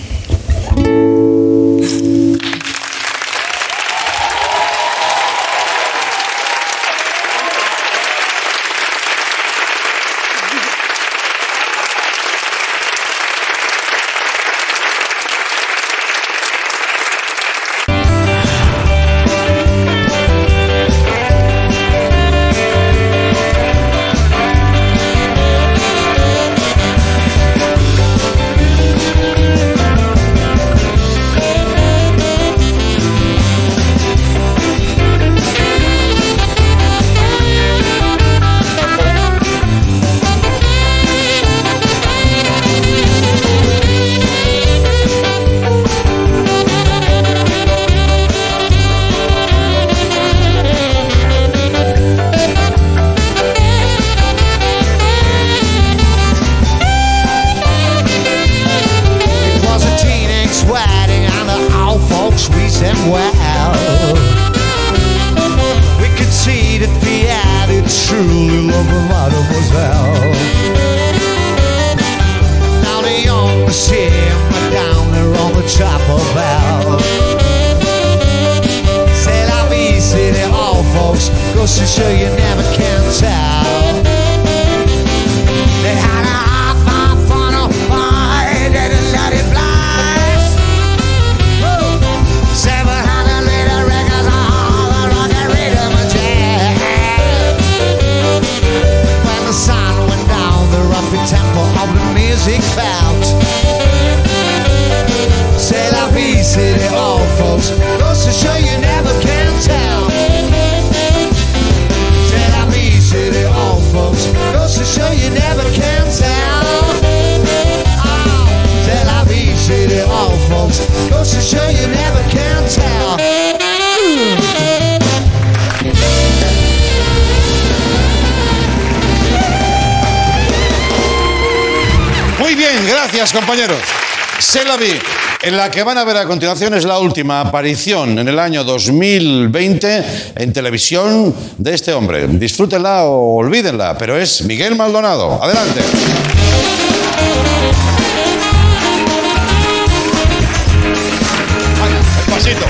Thank you.
as well. Down the on the ship, but down there on the chapel bell. Said I'll be city all folks, goes to show you never can tell. They had a high five funnel, I didn't let it blast. Seven hundred liter records all the rock and rhythm and jazz. When the sun went down, the roughy tempo of the music felt. C'est la vie, city all folks. Goes to show you never can tell. C'est la vie, city all folks. Goes to show you never can tell. Tell I be city all folks Goes to show you never can tell
Muy bien, gracias compañeros. Se la vi. En la que van a ver a continuación es la última aparición en el año 2020 en televisión de este hombre. Disfrútenla o olvídenla, pero es Miguel Maldonado. Adelante. Pasito.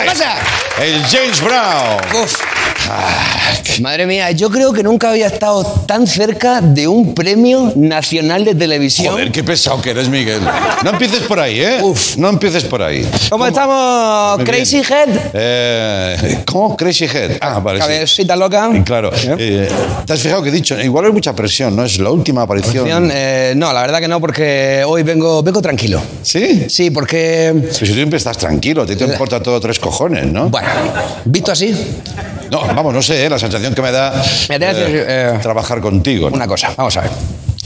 ¿Qué pasa?
El James Brown.
Madre mía, yo creo que nunca había estado tan cerca de un premio nacional de televisión.
Joder, qué pesado que eres, Miguel. No empieces por ahí, ¿eh? Uf. No empieces por ahí.
¿Cómo estamos,
Muy bien.
Crazy Head?
Eh, ¿Cómo? Crazy Head. Ah, vale. sí.
Cabecita loca.
Y Claro. eh, ¿Te has fijado que he dicho? Igual hay mucha presión, ¿no? Es la última aparición.
Eh, no, la verdad que no, porque hoy vengo, vengo tranquilo.
¿Sí?
Sí, porque Eh,
Pero si tú siempre estás tranquilo, a ti te importa todo tres cojones, ¿no?
Bueno, visto así.
No, vamos, no sé, ¿eh? la sensación que me da
Me da
eh, trabajar contigo. ¿no?
una cosa, vamos a ver.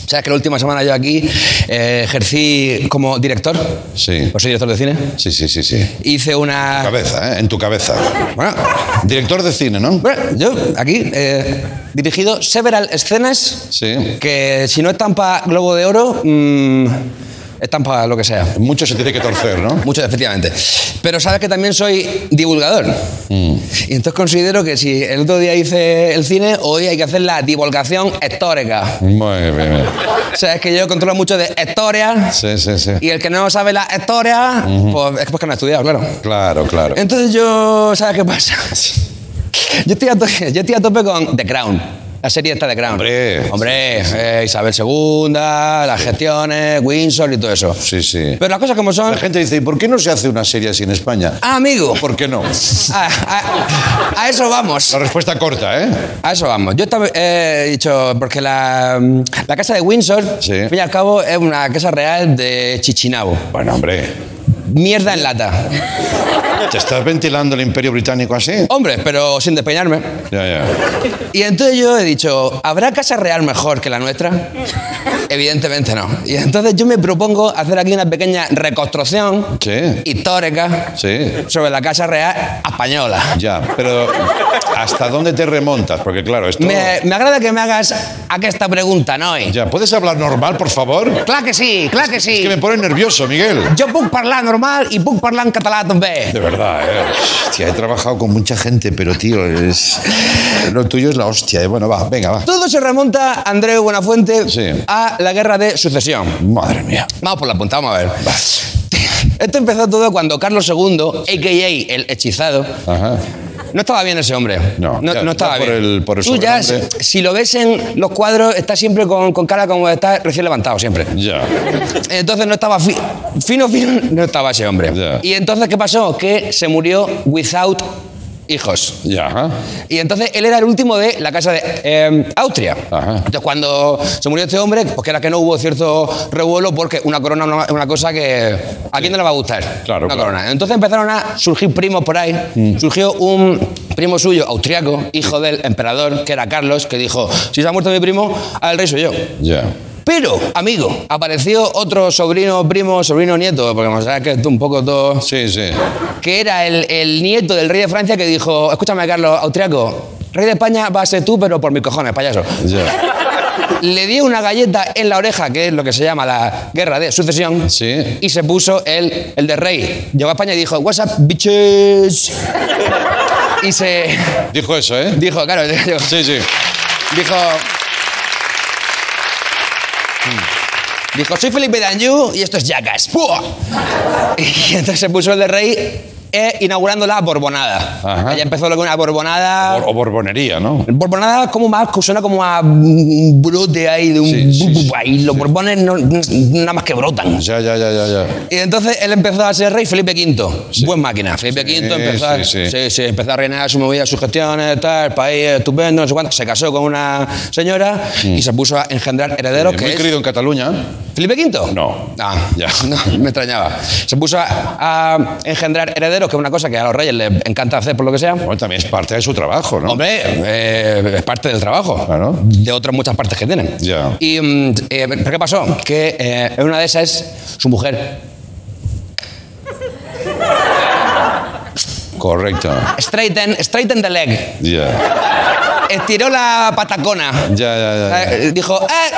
Sabes que la última semana yo aquí eh, ejercí como director,
Sí.
o soy director de cine, Ah.
Sí, sí, sí, sí.
hice una...
Cabeza, ¿eh? En tu cabeza.
Bueno,
Director de cine, ¿no?
bueno, yo aquí eh, dirigido several escenas
Sí.
que si no están para Globo de Oro, mm, están para lo que sea.
Mucho se tiene que torcer, ¿no?
Muchos, efectivamente. Pero sabes que también soy divulgador. Y entonces considero que si el otro día hice el cine, hoy hay que hacer la divulgación histórica.
Muy bien.
O sea, es que yo controlo mucho de historia.
Sí, sí, sí.
Y el que no sabe la historia, pues es porque no ha estudiado, claro.
Claro, claro.
Entonces yo, ¿sabes qué pasa? Yo estoy a tope, yo estoy a tope con The Crown. La serie está de Crown.
Hombre.
Hombre, eh, Isabel II, las gestiones, Windsor y todo eso.
Sí, sí.
Pero las cosas como son...
La gente dice, ¿y por qué no se hace una serie así en España?
Ah, amigo.
¿Por qué no?
A, a- a eso vamos.
La respuesta corta, ¿eh?
A eso vamos. Yo estaba- eh, he dicho, porque la, la casa de Windsor,
Sí.
al fin y al cabo, es una casa real de Chichinabo.
Bueno, hombre,
Mierda en lata.
¿te estás ventilando el imperio británico así?
Hombre, pero sin despeñarme.
Ya, ya.
Y entonces yo he dicho, ¿habrá casa real mejor que la nuestra? Evidentemente no. Y entonces yo me propongo hacer aquí una pequeña reconstrucción
Sí.
histórica
Sí.
sobre la casa real española.
Ya, pero ¿hasta dónde te remontas? Porque claro, esto...
Me, me agrada que me hagas aquesta pregunta, Noi.
Ya, ¿puedes hablar normal, por favor?
Clar que sí, clar que sí.
Es que me pones nervioso, Miguel.
Jo puc parlar normal i puc parlar en català també.
De verdad, ¿eh? Hostia, he trabajado con mucha gente, pero tío, es... lo tuyo es la hostia. ¿eh? Bueno, va, venga, va.
Todo se remonta, Andreu Buenafuente,
Sí.
a la guerra de sucesión.
Madre mía.
Vamos por la punta, vamos a ver. Esto empezó todo cuando Carlos II, a.k.a. el hechizado,
Ajá.
no estaba bien ese hombre.
No,
no,
ya,
no estaba
ya por
bien.
el- por el
Tú ya, si,
sobrenombre.
si lo ves en los cuadros, está siempre con, con cara como de estar recién levantado, siempre.
Ya.
Entonces no estaba fi- fino, fino, no estaba ese hombre.
Ya.
Y entonces, ¿qué pasó? Que se murió without hijos.
Ya, ajá.
Y entonces él era el último de la casa de eh, Austria.
Ajá.
Entonces cuando se murió este hombre, pues que era que no hubo cierto revuelo porque una corona es una- una cosa que a quién no le va a gustar.
Claro,
Una
claro. Mm.
corona. Entonces empezaron a surgir primos por ahí. Surgió un primo suyo, austriaco, hijo del emperador, que era Carlos, que dijo, si se ha muerto mi primo, al rey soy yo.
Ya.
Pero, amigo, apareció otro sobrino, primo, sobrino, nieto, porque como sabes que es un poco todo
Sí, sí.
que era el, el nieto del rey de Francia que dijo, escúchame Carlos, austriaco, rey de España va a ser tú, pero por mis cojones, payaso.
Ya. le dio una galleta en la oreja, que es lo que se llama la guerra de sucesión, y se puso el, el de rey. Llegó a España y dijo, what's up, bitches? y se...
Dijo eso, ¿eh?
Dijo, claro, dijo-
Sí, sí.
Dijo. Dijo, soy Felipe Danju y esto es Jackass. ¡Buah! Y entonces se puso el de rey eh, inaugurando la borbonada. Allá empezó lo que una borbonada.
O borbonería, ¿no?
Borbonada como más, suena como a un brote ahí de un... ahí los borbones no- no- nada más que brotan.
Ya, ya, ya, ya. ya.
Y entonces él empezó a ser rey Felipe V. Buen máquina. Felipe V empezó, a-
sí, sí.
sí, empezó a reinar su movida, sus gestiones, tal, el país estupendo, no sé cuánto. Se casó con una señora y se puso a engendrar herederos.
Eh,
que
Mm. muy
es-
querido en Cataluña.
¿Felipe V?
No.
Ah, ya. No, me extrañaba. Se puso a, a engendrar herederos, que es una cosa que a los reyes les encanta hacer por lo que sea.
Bueno, también es parte de su trabajo, ¿no?
Hombre, eh, es parte del trabajo.
Claro.
De otras muchas partes que tienen.
Ya.
Y, mm, eh, ¿pero qué pasó? Que eh, en una de esas es su mujer.
Correcto.
Straighten, straighten the leg.
Ya.
Estiró la patacona.
Ya, ya, ya, ya.
Eh, Dijo, ¡eh!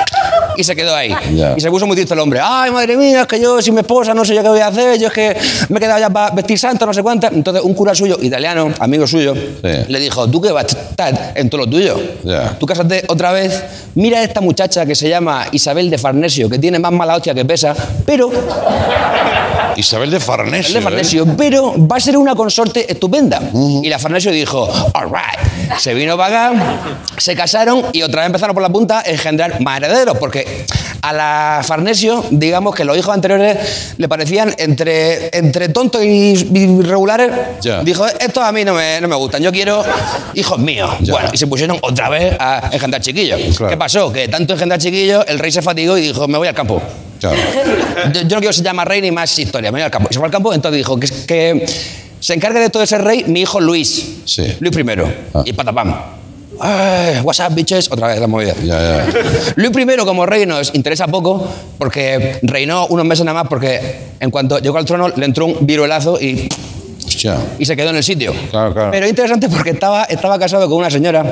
Y se quedó ahí.
Ya.
Y se puso muy triste el hombre. Ay, madre mía, es que yo sin mi esposa no sé yo qué voy a hacer. Yo es que me he quedado ya para vestir santo, no sé cuánto. Entonces, un cura suyo, italiano, amigo suyo, le dijo, tú que vas a estar en todo lo tuyo.
Ya.
Tú cásate otra vez. Mira a esta muchacha que se llama Isabel de Farnesio, que tiene más mala hostia que pesa, pero
Isabel de Farnesio.
el de Farnesio,
¿eh?
pero va a ser una consorte estupenda. Y la Farnesio dijo, all right. Se vino para acá, se casaron y otra vez empezaron por la punta a engendrar más herederos, porque a la Farnesio, digamos que los hijos anteriores le parecían entre, entre tontos y y regulares.
Ya.
Dijo, estos a mí no me, no me gustan, yo quiero hijos míos. Bueno, y se pusieron otra vez a engendrar chiquillos. ¿Qué pasó? Que tanto engendrar chiquillos, el rey se fatigó y dijo, me voy al campo. Yo, yo no quiero se llama rey ni más historia. Me voy al campo. Y se fue al campo, entonces dijo que, que se encargue de todo ese rey mi hijo Luis.
Sí. Ah.
Luis I. Y patapam. Ay, WhatsApp, bitches, otra vez la movida. Luis I como rey nos interesa poco porque reinó unos meses nada más porque en cuanto llegó al trono le entró un viruelazo y,
Hostia.
y se quedó en el sitio.
Claro, claro.
Pero interesante porque estaba, estaba casado con una señora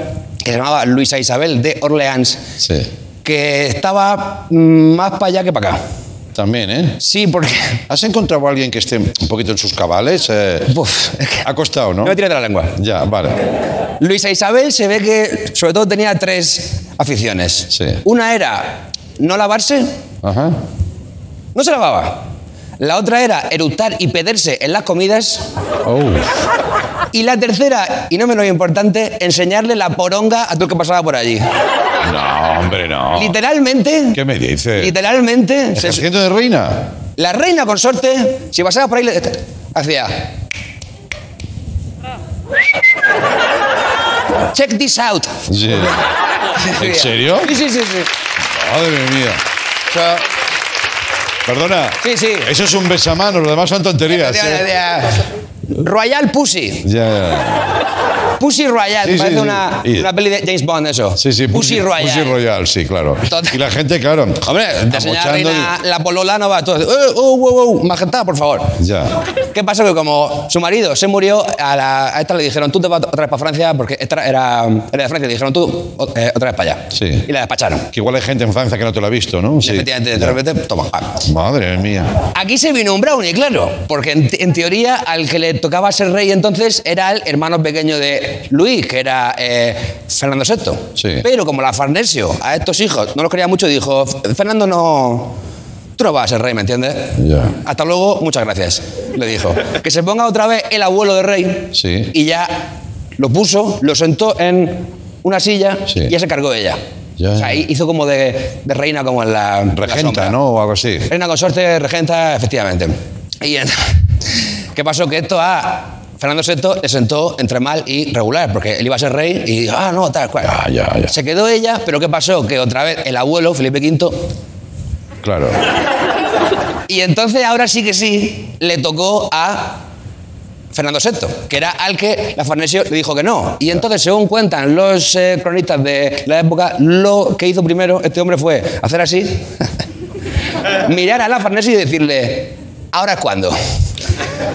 que se llamaba Luisa Isabel de Orleans
Sí.
que estaba mm, más para allá que para acá.
También, ¿eh?
Sí, porque...
¿Has encontrado a alguien que esté un poquito en sus cabales? Eh, Ha costado, ¿no?
No me tires de la lengua.
Ya, vale.
Luisa Isabel se ve que sobre todo tenía tres aficiones. Una era no lavarse,
Ajá.
no se lavaba. La otra era eructar y pederse en las comidas.
Oh.
Y la tercera, y no menos importante, enseñarle la poronga a todo el que pasaba por allí.
No, hombre, no.
Literalmente,
¿Qué me dices?
literalmente, se-
¿Ejerciendo de reina?
la reina consorte, si pasaba por ahí, le- este, hacía... Check this out.
Sí. ¿En serio?
Sí, sí, sí. sí.
Madre mía.
O sea,
Perdona.
Sí, sí.
Eso es un besamanos, lo demás son tonterías.
Tía,
¿eh?
tía. Royal Pussy.
Ya,
Pussy Royal.
Sí, sí,
parece
sí.
una,
Y-
una peli de James Bond, eso.
Sí, sí.
Pussy, Royal.
Pussy Royal, sí, claro. Y la gente, claro. Hombre,
La señora reina, la polola no va todo. ¡Eh, oh, oh, oh! Majestad, por favor.
Ya.
¿Qué pasa? Que como su marido se murió, a, la- a esta le dijeron, tú te vas otra vez para Francia, porque esta era, era de Francia. Le dijeron, tú o- eh, otra vez para allá.
Sí.
Y la despacharon.
Que igual hay gente en Francia que no te lo ha visto, ¿no? Sí.
Efectivamente, de
Ya.
repente, toma. ah.
Madre mía.
Aquí se vino un brownie, claro, porque en, en teoría al que le tocaba ser rey entonces era el hermano pequeño de Luis, que era eh, Fernando VI.
Sí.
Pero como la Farnesio a estos hijos no los quería mucho, dijo, "F- Fernando no... Tú no vas a ser rey, ¿me entiendes?
Ya.
Hasta luego, muchas gracias, le dijo. Que se ponga otra vez el abuelo de rey
Sí.
y ya lo puso, lo sentó en una silla
Sí. Eh.
y ya se cargó de ella.
Ya.
O sea, hizo como de, de reina, como en la... en la sombra.
Regenta, ¿no? O algo así.
Reina consorte, regenta, efectivamente. Y en- ¿qué pasó? Que esto a Fernando VI le sentó entre mal y regular, porque él iba a ser rey y dijo, ah, no, tal cual.
ya, ya.
Se quedó ella, pero ¿qué pasó? Que otra vez el abuelo, Felipe V,
Claro.
y entonces ahora sí que sí, le tocó a Fernando VI, que era al que la Farnesio le dijo que no. Y entonces, según cuentan los eh, cronistas de la época, lo que hizo primero este hombre fue hacer así, mirar a la Farnesio y decirle, ¿ahora es cuándo?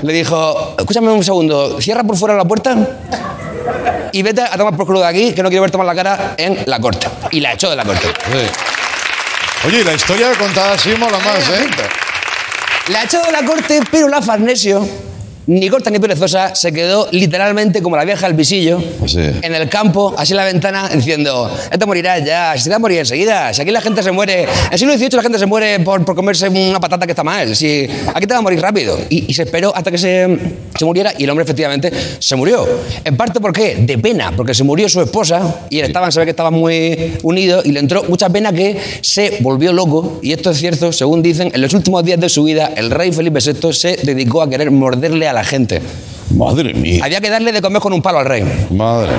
Le dijo, escúchame un segundo, cierra por fuera la puerta
y vete a tomar por culo de aquí, que no quiero verte más la cara en la corte. Y la echó de la corte.
Oye, y la historia contada así mola más, ¿eh?
La echó de la corte, pero la Farnesio, ni corta ni perezosa, se quedó literalmente como la vieja al visillo,
Sí.
en el campo, así en la ventana, diciendo, te morirás ya, si te vas a morir enseguida, si aquí la gente se muere, en el siglo XVIII la gente se muere por, por comerse una patata que está mal, si aquí te vas a morir rápido. Y, y se esperó hasta que se, se muriera y el hombre efectivamente se murió. En parte porque, de pena, porque se murió su esposa y él estaba, se ve que estaban muy unidos y le entró mucha pena que se volvió loco. Y esto es cierto, según dicen, en los últimos días de su vida el rey Felipe VI se dedicó a querer morderle a la gente.
Madre mía.
Había que darle de comer con un palo al rey.
Madre.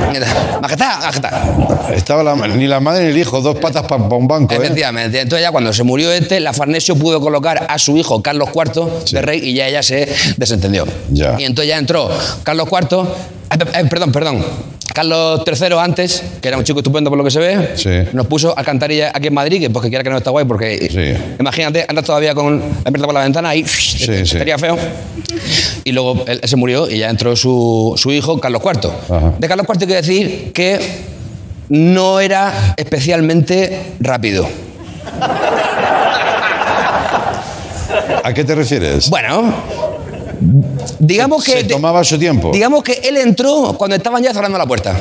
Majestad, majestad.
Estaba la- ni la madre ni el hijo, dos patas para un banco, ¿eh?
Efectivamente. Entonces ya cuando se murió este, la Farnesio pudo colocar a su hijo Carlos IV de rey y ya ella se desentendió.
Ya.
Y entonces ya entró Carlos IV, eh, pe- eh, perdón, perdón, Carlos III antes, que era un chico estupendo por lo que se ve,
Sí.
nos puso alcantarilla aquí en Madrid, que porque quiera que no está guay, porque imagínate, andas todavía con la mierda por la ventana y estaría feo. Y luego él se murió y ya entró su, su hijo, Carlos IV. De Carlos IV quiero decir que no era especialmente rápido.
¿A qué te refieres?
Bueno, digamos que...
Se tomaba su tiempo.
Digamos que él entró cuando estaban ya cerrando la puerta.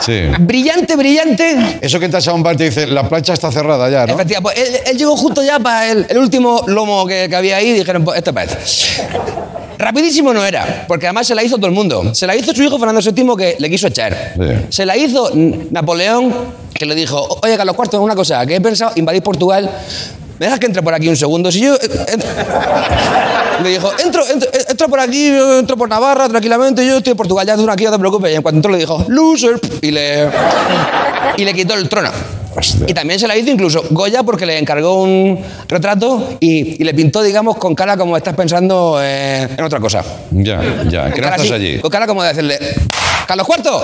Sí.
Brillante, brillante.
Eso que entras a un bar y te dice, la plancha está cerrada ya, ¿no?
Efectivamente, pues él, él llegó justo ya para el, el último lomo que, que había ahí y dijeron, pues este es para este. Rapidísimo no era, porque además se la hizo todo el mundo. Se la hizo su hijo Fernando VII que le quiso echar.
Sí.
Se la hizo N- Napoleón que le dijo, oye Carlos IV, una cosa, que he pensado invadir Portugal. ¿Me dejas que entre por aquí un segundo? Si yo... eh, eh, Le dijo, entro, entro, eh, entro por aquí, yo entro por Navarra tranquilamente, yo estoy en Portugal, ya tú aquí, no te preocupes. Y en cuanto entró le dijo, loser, y le, y le quitó el trono. Y también se la hizo incluso Goya porque le encargó un retrato y, y le pintó, digamos, con cara como estás pensando eh, en otra cosa.
Ya, ya. ¿Qué no
cara
estás
así,
allí?
Con cara como de decirle, ¡Carlos Cuarto!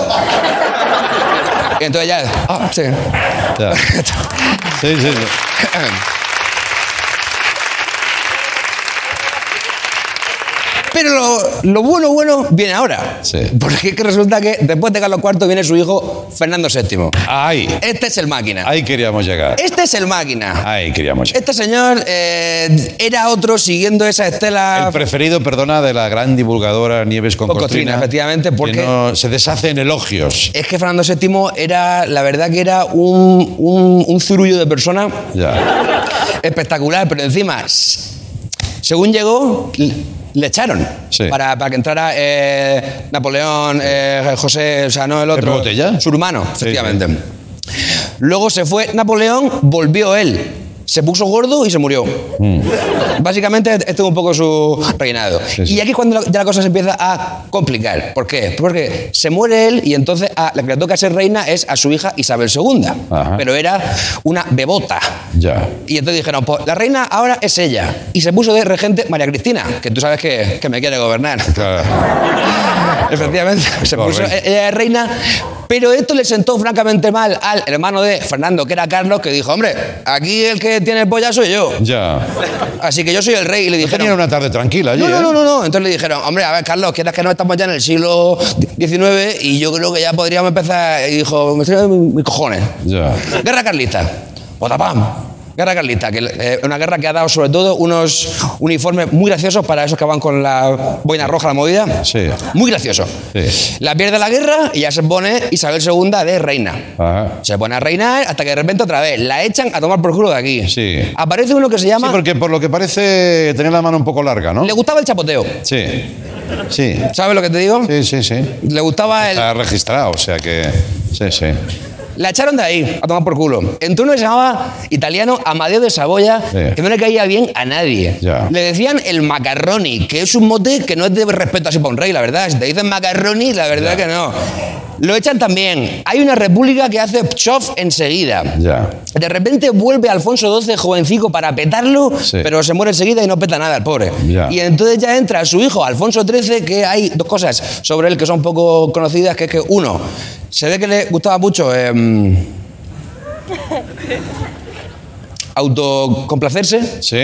y entonces ya, ah, sí.
Ya. Sí, sí, sí.
Pero lo, lo bueno, bueno, viene ahora. Porque es que resulta que después de Carlos IV viene su hijo Fernando VII.
Ahí.
Este es el máquina.
Ahí queríamos llegar.
Este es el máquina.
Ahí queríamos llegar.
Este señor eh, era otro siguiendo esa estela.
El preferido, perdona, de la gran divulgadora Nieves con,
Ah. Con Cotrina, efectivamente, porque-
que no- se deshace en elogios.
Es que Fernando VII era, la verdad que era un, un, un zurullo de persona
Ya.
espectacular, pero encima, s- según llegó, l- le echaron
Sí.
para, para que entrara eh, Napoleón, eh, José, o sea, no el otro.
Botella?
Su hermano, efectivamente. Luego se fue Napoleón, volvió él. Se puso gordo y se murió.
Mm.
Básicamente, este es un poco su reinado. Y aquí es cuando la- ya la cosa se empieza a complicar. ¿Por qué? Porque se muere él y entonces a la que le toca ser reina es a su hija Isabel II.
Ajá.
Pero era una bebota.
Ya.
Y entonces dijeron, pues la reina ahora es ella. Y se puso de regente María Cristina, que tú sabes que, que me quiere gobernar. Efectivamente, se puso e-,
Correcto.
ella de reina. Pero esto le sentó francamente mal al hermano de Fernando, que era Carlos, que dijo, hombre, aquí el que tiene polla soy yo.
Ya.
Así que yo soy el rey. Y le dijeron...
Tenían una tarde tranquila allí,
No, no,
¿eh?
no, no, no. Entonces le dijeron, hombre, a ver, Carlos, quieras que no estamos ya en el siglo XIX y yo creo que ya podríamos empezar. Y dijo, me sirven mis mis cojones.
Ya.
Guerra carlista. Potapam. Guerra carlista, que eh, una guerra que ha dado sobre todo unos uniformes muy graciosos para esos que van con la boina roja a la movida.
Sí.
Muy gracioso.
Sí.
La pierde la guerra y ya se pone Isabel II de reina.
Ajá.
Se pone a reinar hasta que de repente otra vez la echan a tomar por culo de aquí.
Sí.
Aparece uno que se llama...
Sí, porque por lo que parece tenía la mano un poco larga, ¿no?
Le gustaba el chapoteo.
Sí. Sí.
¿Sabes lo que te digo?
Sí, Ah. sí, sí.
Le gustaba el...
Está registrado, o sea que. Sí, sí.
La echaron de ahí, a tomar por culo. Entró uno que se llamaba italiano Amadeo de Saboya,
Sí.
que no le caía bien a nadie.
Ya.
Le decían el macarroni, que es un mote que no es de respeto así para un rey, la verdad. Si te dicen macarroni, la verdad que no. Lo echan también. Hay una república que hace chof enseguida.
Ya.
De repente vuelve Alfonso XII jovencico para petarlo,
Sí.
pero se muere enseguida y no peta nada el pobre.
Ya.
Y entonces ya entra su hijo, Alfonso XIII, que hay dos cosas sobre él que son poco conocidas, que es que uno, se ve que le gustaba mucho... em, autocomplacerse.
Sí.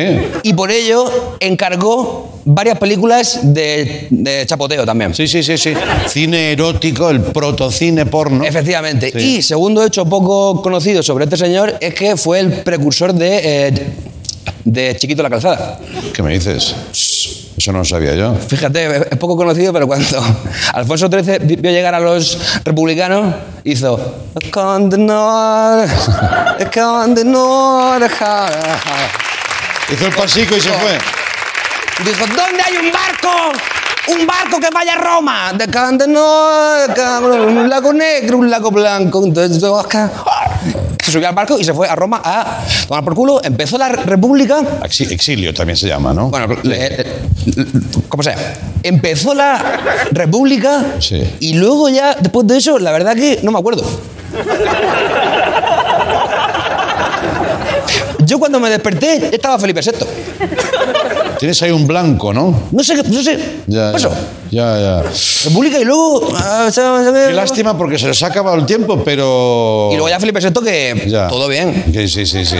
Y por ello encargó varias películas de, de chapoteo también.
Sí, sí, sí, sí. Cine erótico, el protocine porno.
Efectivamente.
Sí.
Y segundo hecho poco conocido sobre este señor es que fue el precursor de, eh, de Chiquito la Calzada.
¿Qué me dices? Eso no lo sabía yo.
Fíjate, es poco conocido, pero cuando Alfonso XIII vi- vio llegar a los republicanos, hizo... "Con the north, con the north".
Hizo el pasico y se fue.
Dijo, ¿dónde hay un barco? Un barco que vaya a Roma. De con the north, con- un lago negro, un lago blanco. Entonces, yo, acá, ah, se subió al barco y se fue a Roma a tomar por culo. Empezó la república.
Exi- Exilio también se llama, ¿no?
Bueno, le- le- como sea, empezó la República
Sí.
y luego ya, después de eso, la verdad que no me acuerdo. Yo cuando me desperté ya estaba Felipe VI.
Tienes ahí un blanco, ¿no?
No sé, qué- Pues no sé.
Ya,
Pasó.
ya, ya.
República y luego... ah, sa- sa-
Qué lástima porque se les ha acabado el tiempo, pero...
Y luego ya Felipe VI que
Ya.
todo bien.
Que Sí, sí, sí, sí.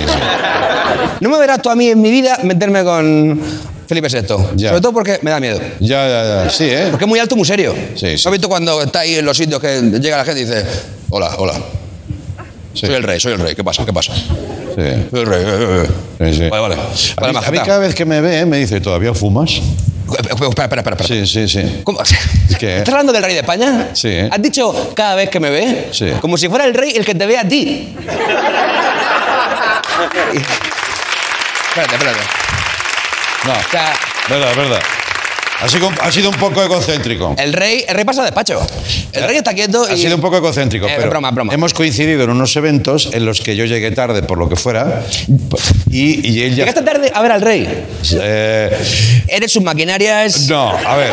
No me verás tú a mí en mi vida meterme con Felipe VI.
Ya.
Sobre todo porque me da miedo.
Ya, ya, ya. Sí, ¿eh?
Porque es muy alto, muy serio.
Sí, sí.
¿Has visto cuando está ahí en los sitios que llega la gente y dice, hola, hola,
Sí.
soy el rey, soy el rey, ¿qué pasa, qué pasa? Soy
Sí.
el rey, eh, eh, eh".
Sí, sí.
Vale, vale.
A mí,
Vale,
a mí
majestad.
cada vez que me ve, ¿eh? me dice, ¿todavía fumas?
Eh, eh, Espera, espera, espera. espera.
Sí, sí, sí.
¿Cómo?
que-
¿Estás hablando del rey de España?
Sí, eh.
¿Has dicho cada vez que me ve?
Sí.
Como si fuera el rey el que te ve a ti. espérate, espérate.
No,
O sea,
verdad, verdad. Ha sido, ha sido un poco egocéntrico.
el rey, el rey pasa despacho. El rey está quieto y...
Ha sido un poco egocéntrico,
Eh,
pero
broma, broma.
hemos coincidido en unos eventos en los que yo llegué tarde por lo que fuera y, y él ya...
Llegaste tarde a ver al rey.
Eh,
Eres sus maquinarias...
No, a ver.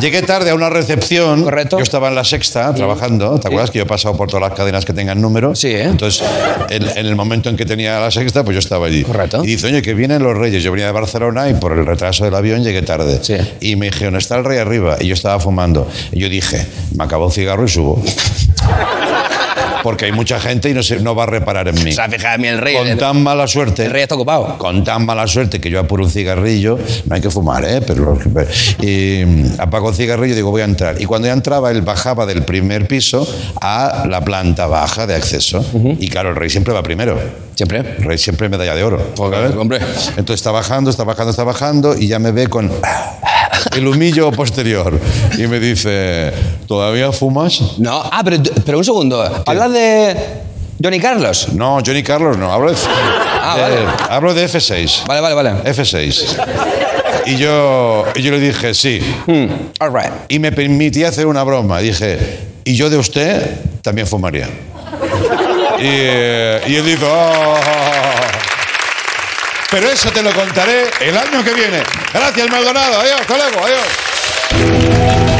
Llegué tarde a una recepción.
Correcto. Mm.
Yo estaba en la sexta trabajando. ¿Te acuerdas que yo he pasado por todas las cadenas que tengan número?
Sí, ¿eh?
Entonces, en, en el momento en que tenía la sexta, pues yo estaba allí.
Correcto.
Y dice, oye, que vienen los reyes. Yo venía de Barcelona y por el retraso del avión llegué tarde.
Sí.
Y me dijeron, está el rey arriba. Y yo estaba fumando. Y yo dije, me acabo el cigarro y subo. Porque hay mucha gente y no, se, no va a reparar en mí.
O sea, fíjate a mí el rey.
Con
el-
tan mala suerte
el rey está ocupado.
con tan mala suerte que yo apuro un cigarrillo, no hay que fumar, ¿eh? Pero, y mm, apago el cigarrillo y digo, voy a entrar. Y cuando ya entraba, él bajaba del primer piso a la planta baja de acceso. Y claro, el rey siempre va primero.
Siempre.
El rey siempre medalla de oro. ¿sabes?
hombre.
Entonces está bajando, está bajando, está bajando y ya me ve con el humillo posterior. Y me dice, ¿todavía fumas?
No, ah, pero, pero un segundo. Hablas de Johnny Carlos.
No, Johnny Carlos no, hablo de, de-
Ah, vale.
hablo de F6.
Vale, vale, vale.
F6. Y yo, y yo le dije, sí.
Hmm, all right.
Y me permití hacer una broma. Dije, y yo de usted también fumaría. Y, eh, y él dijo, "Oh". Pero eso te lo contaré el año que viene. Gracias, Maldonado. Adiós, hasta luego, adiós.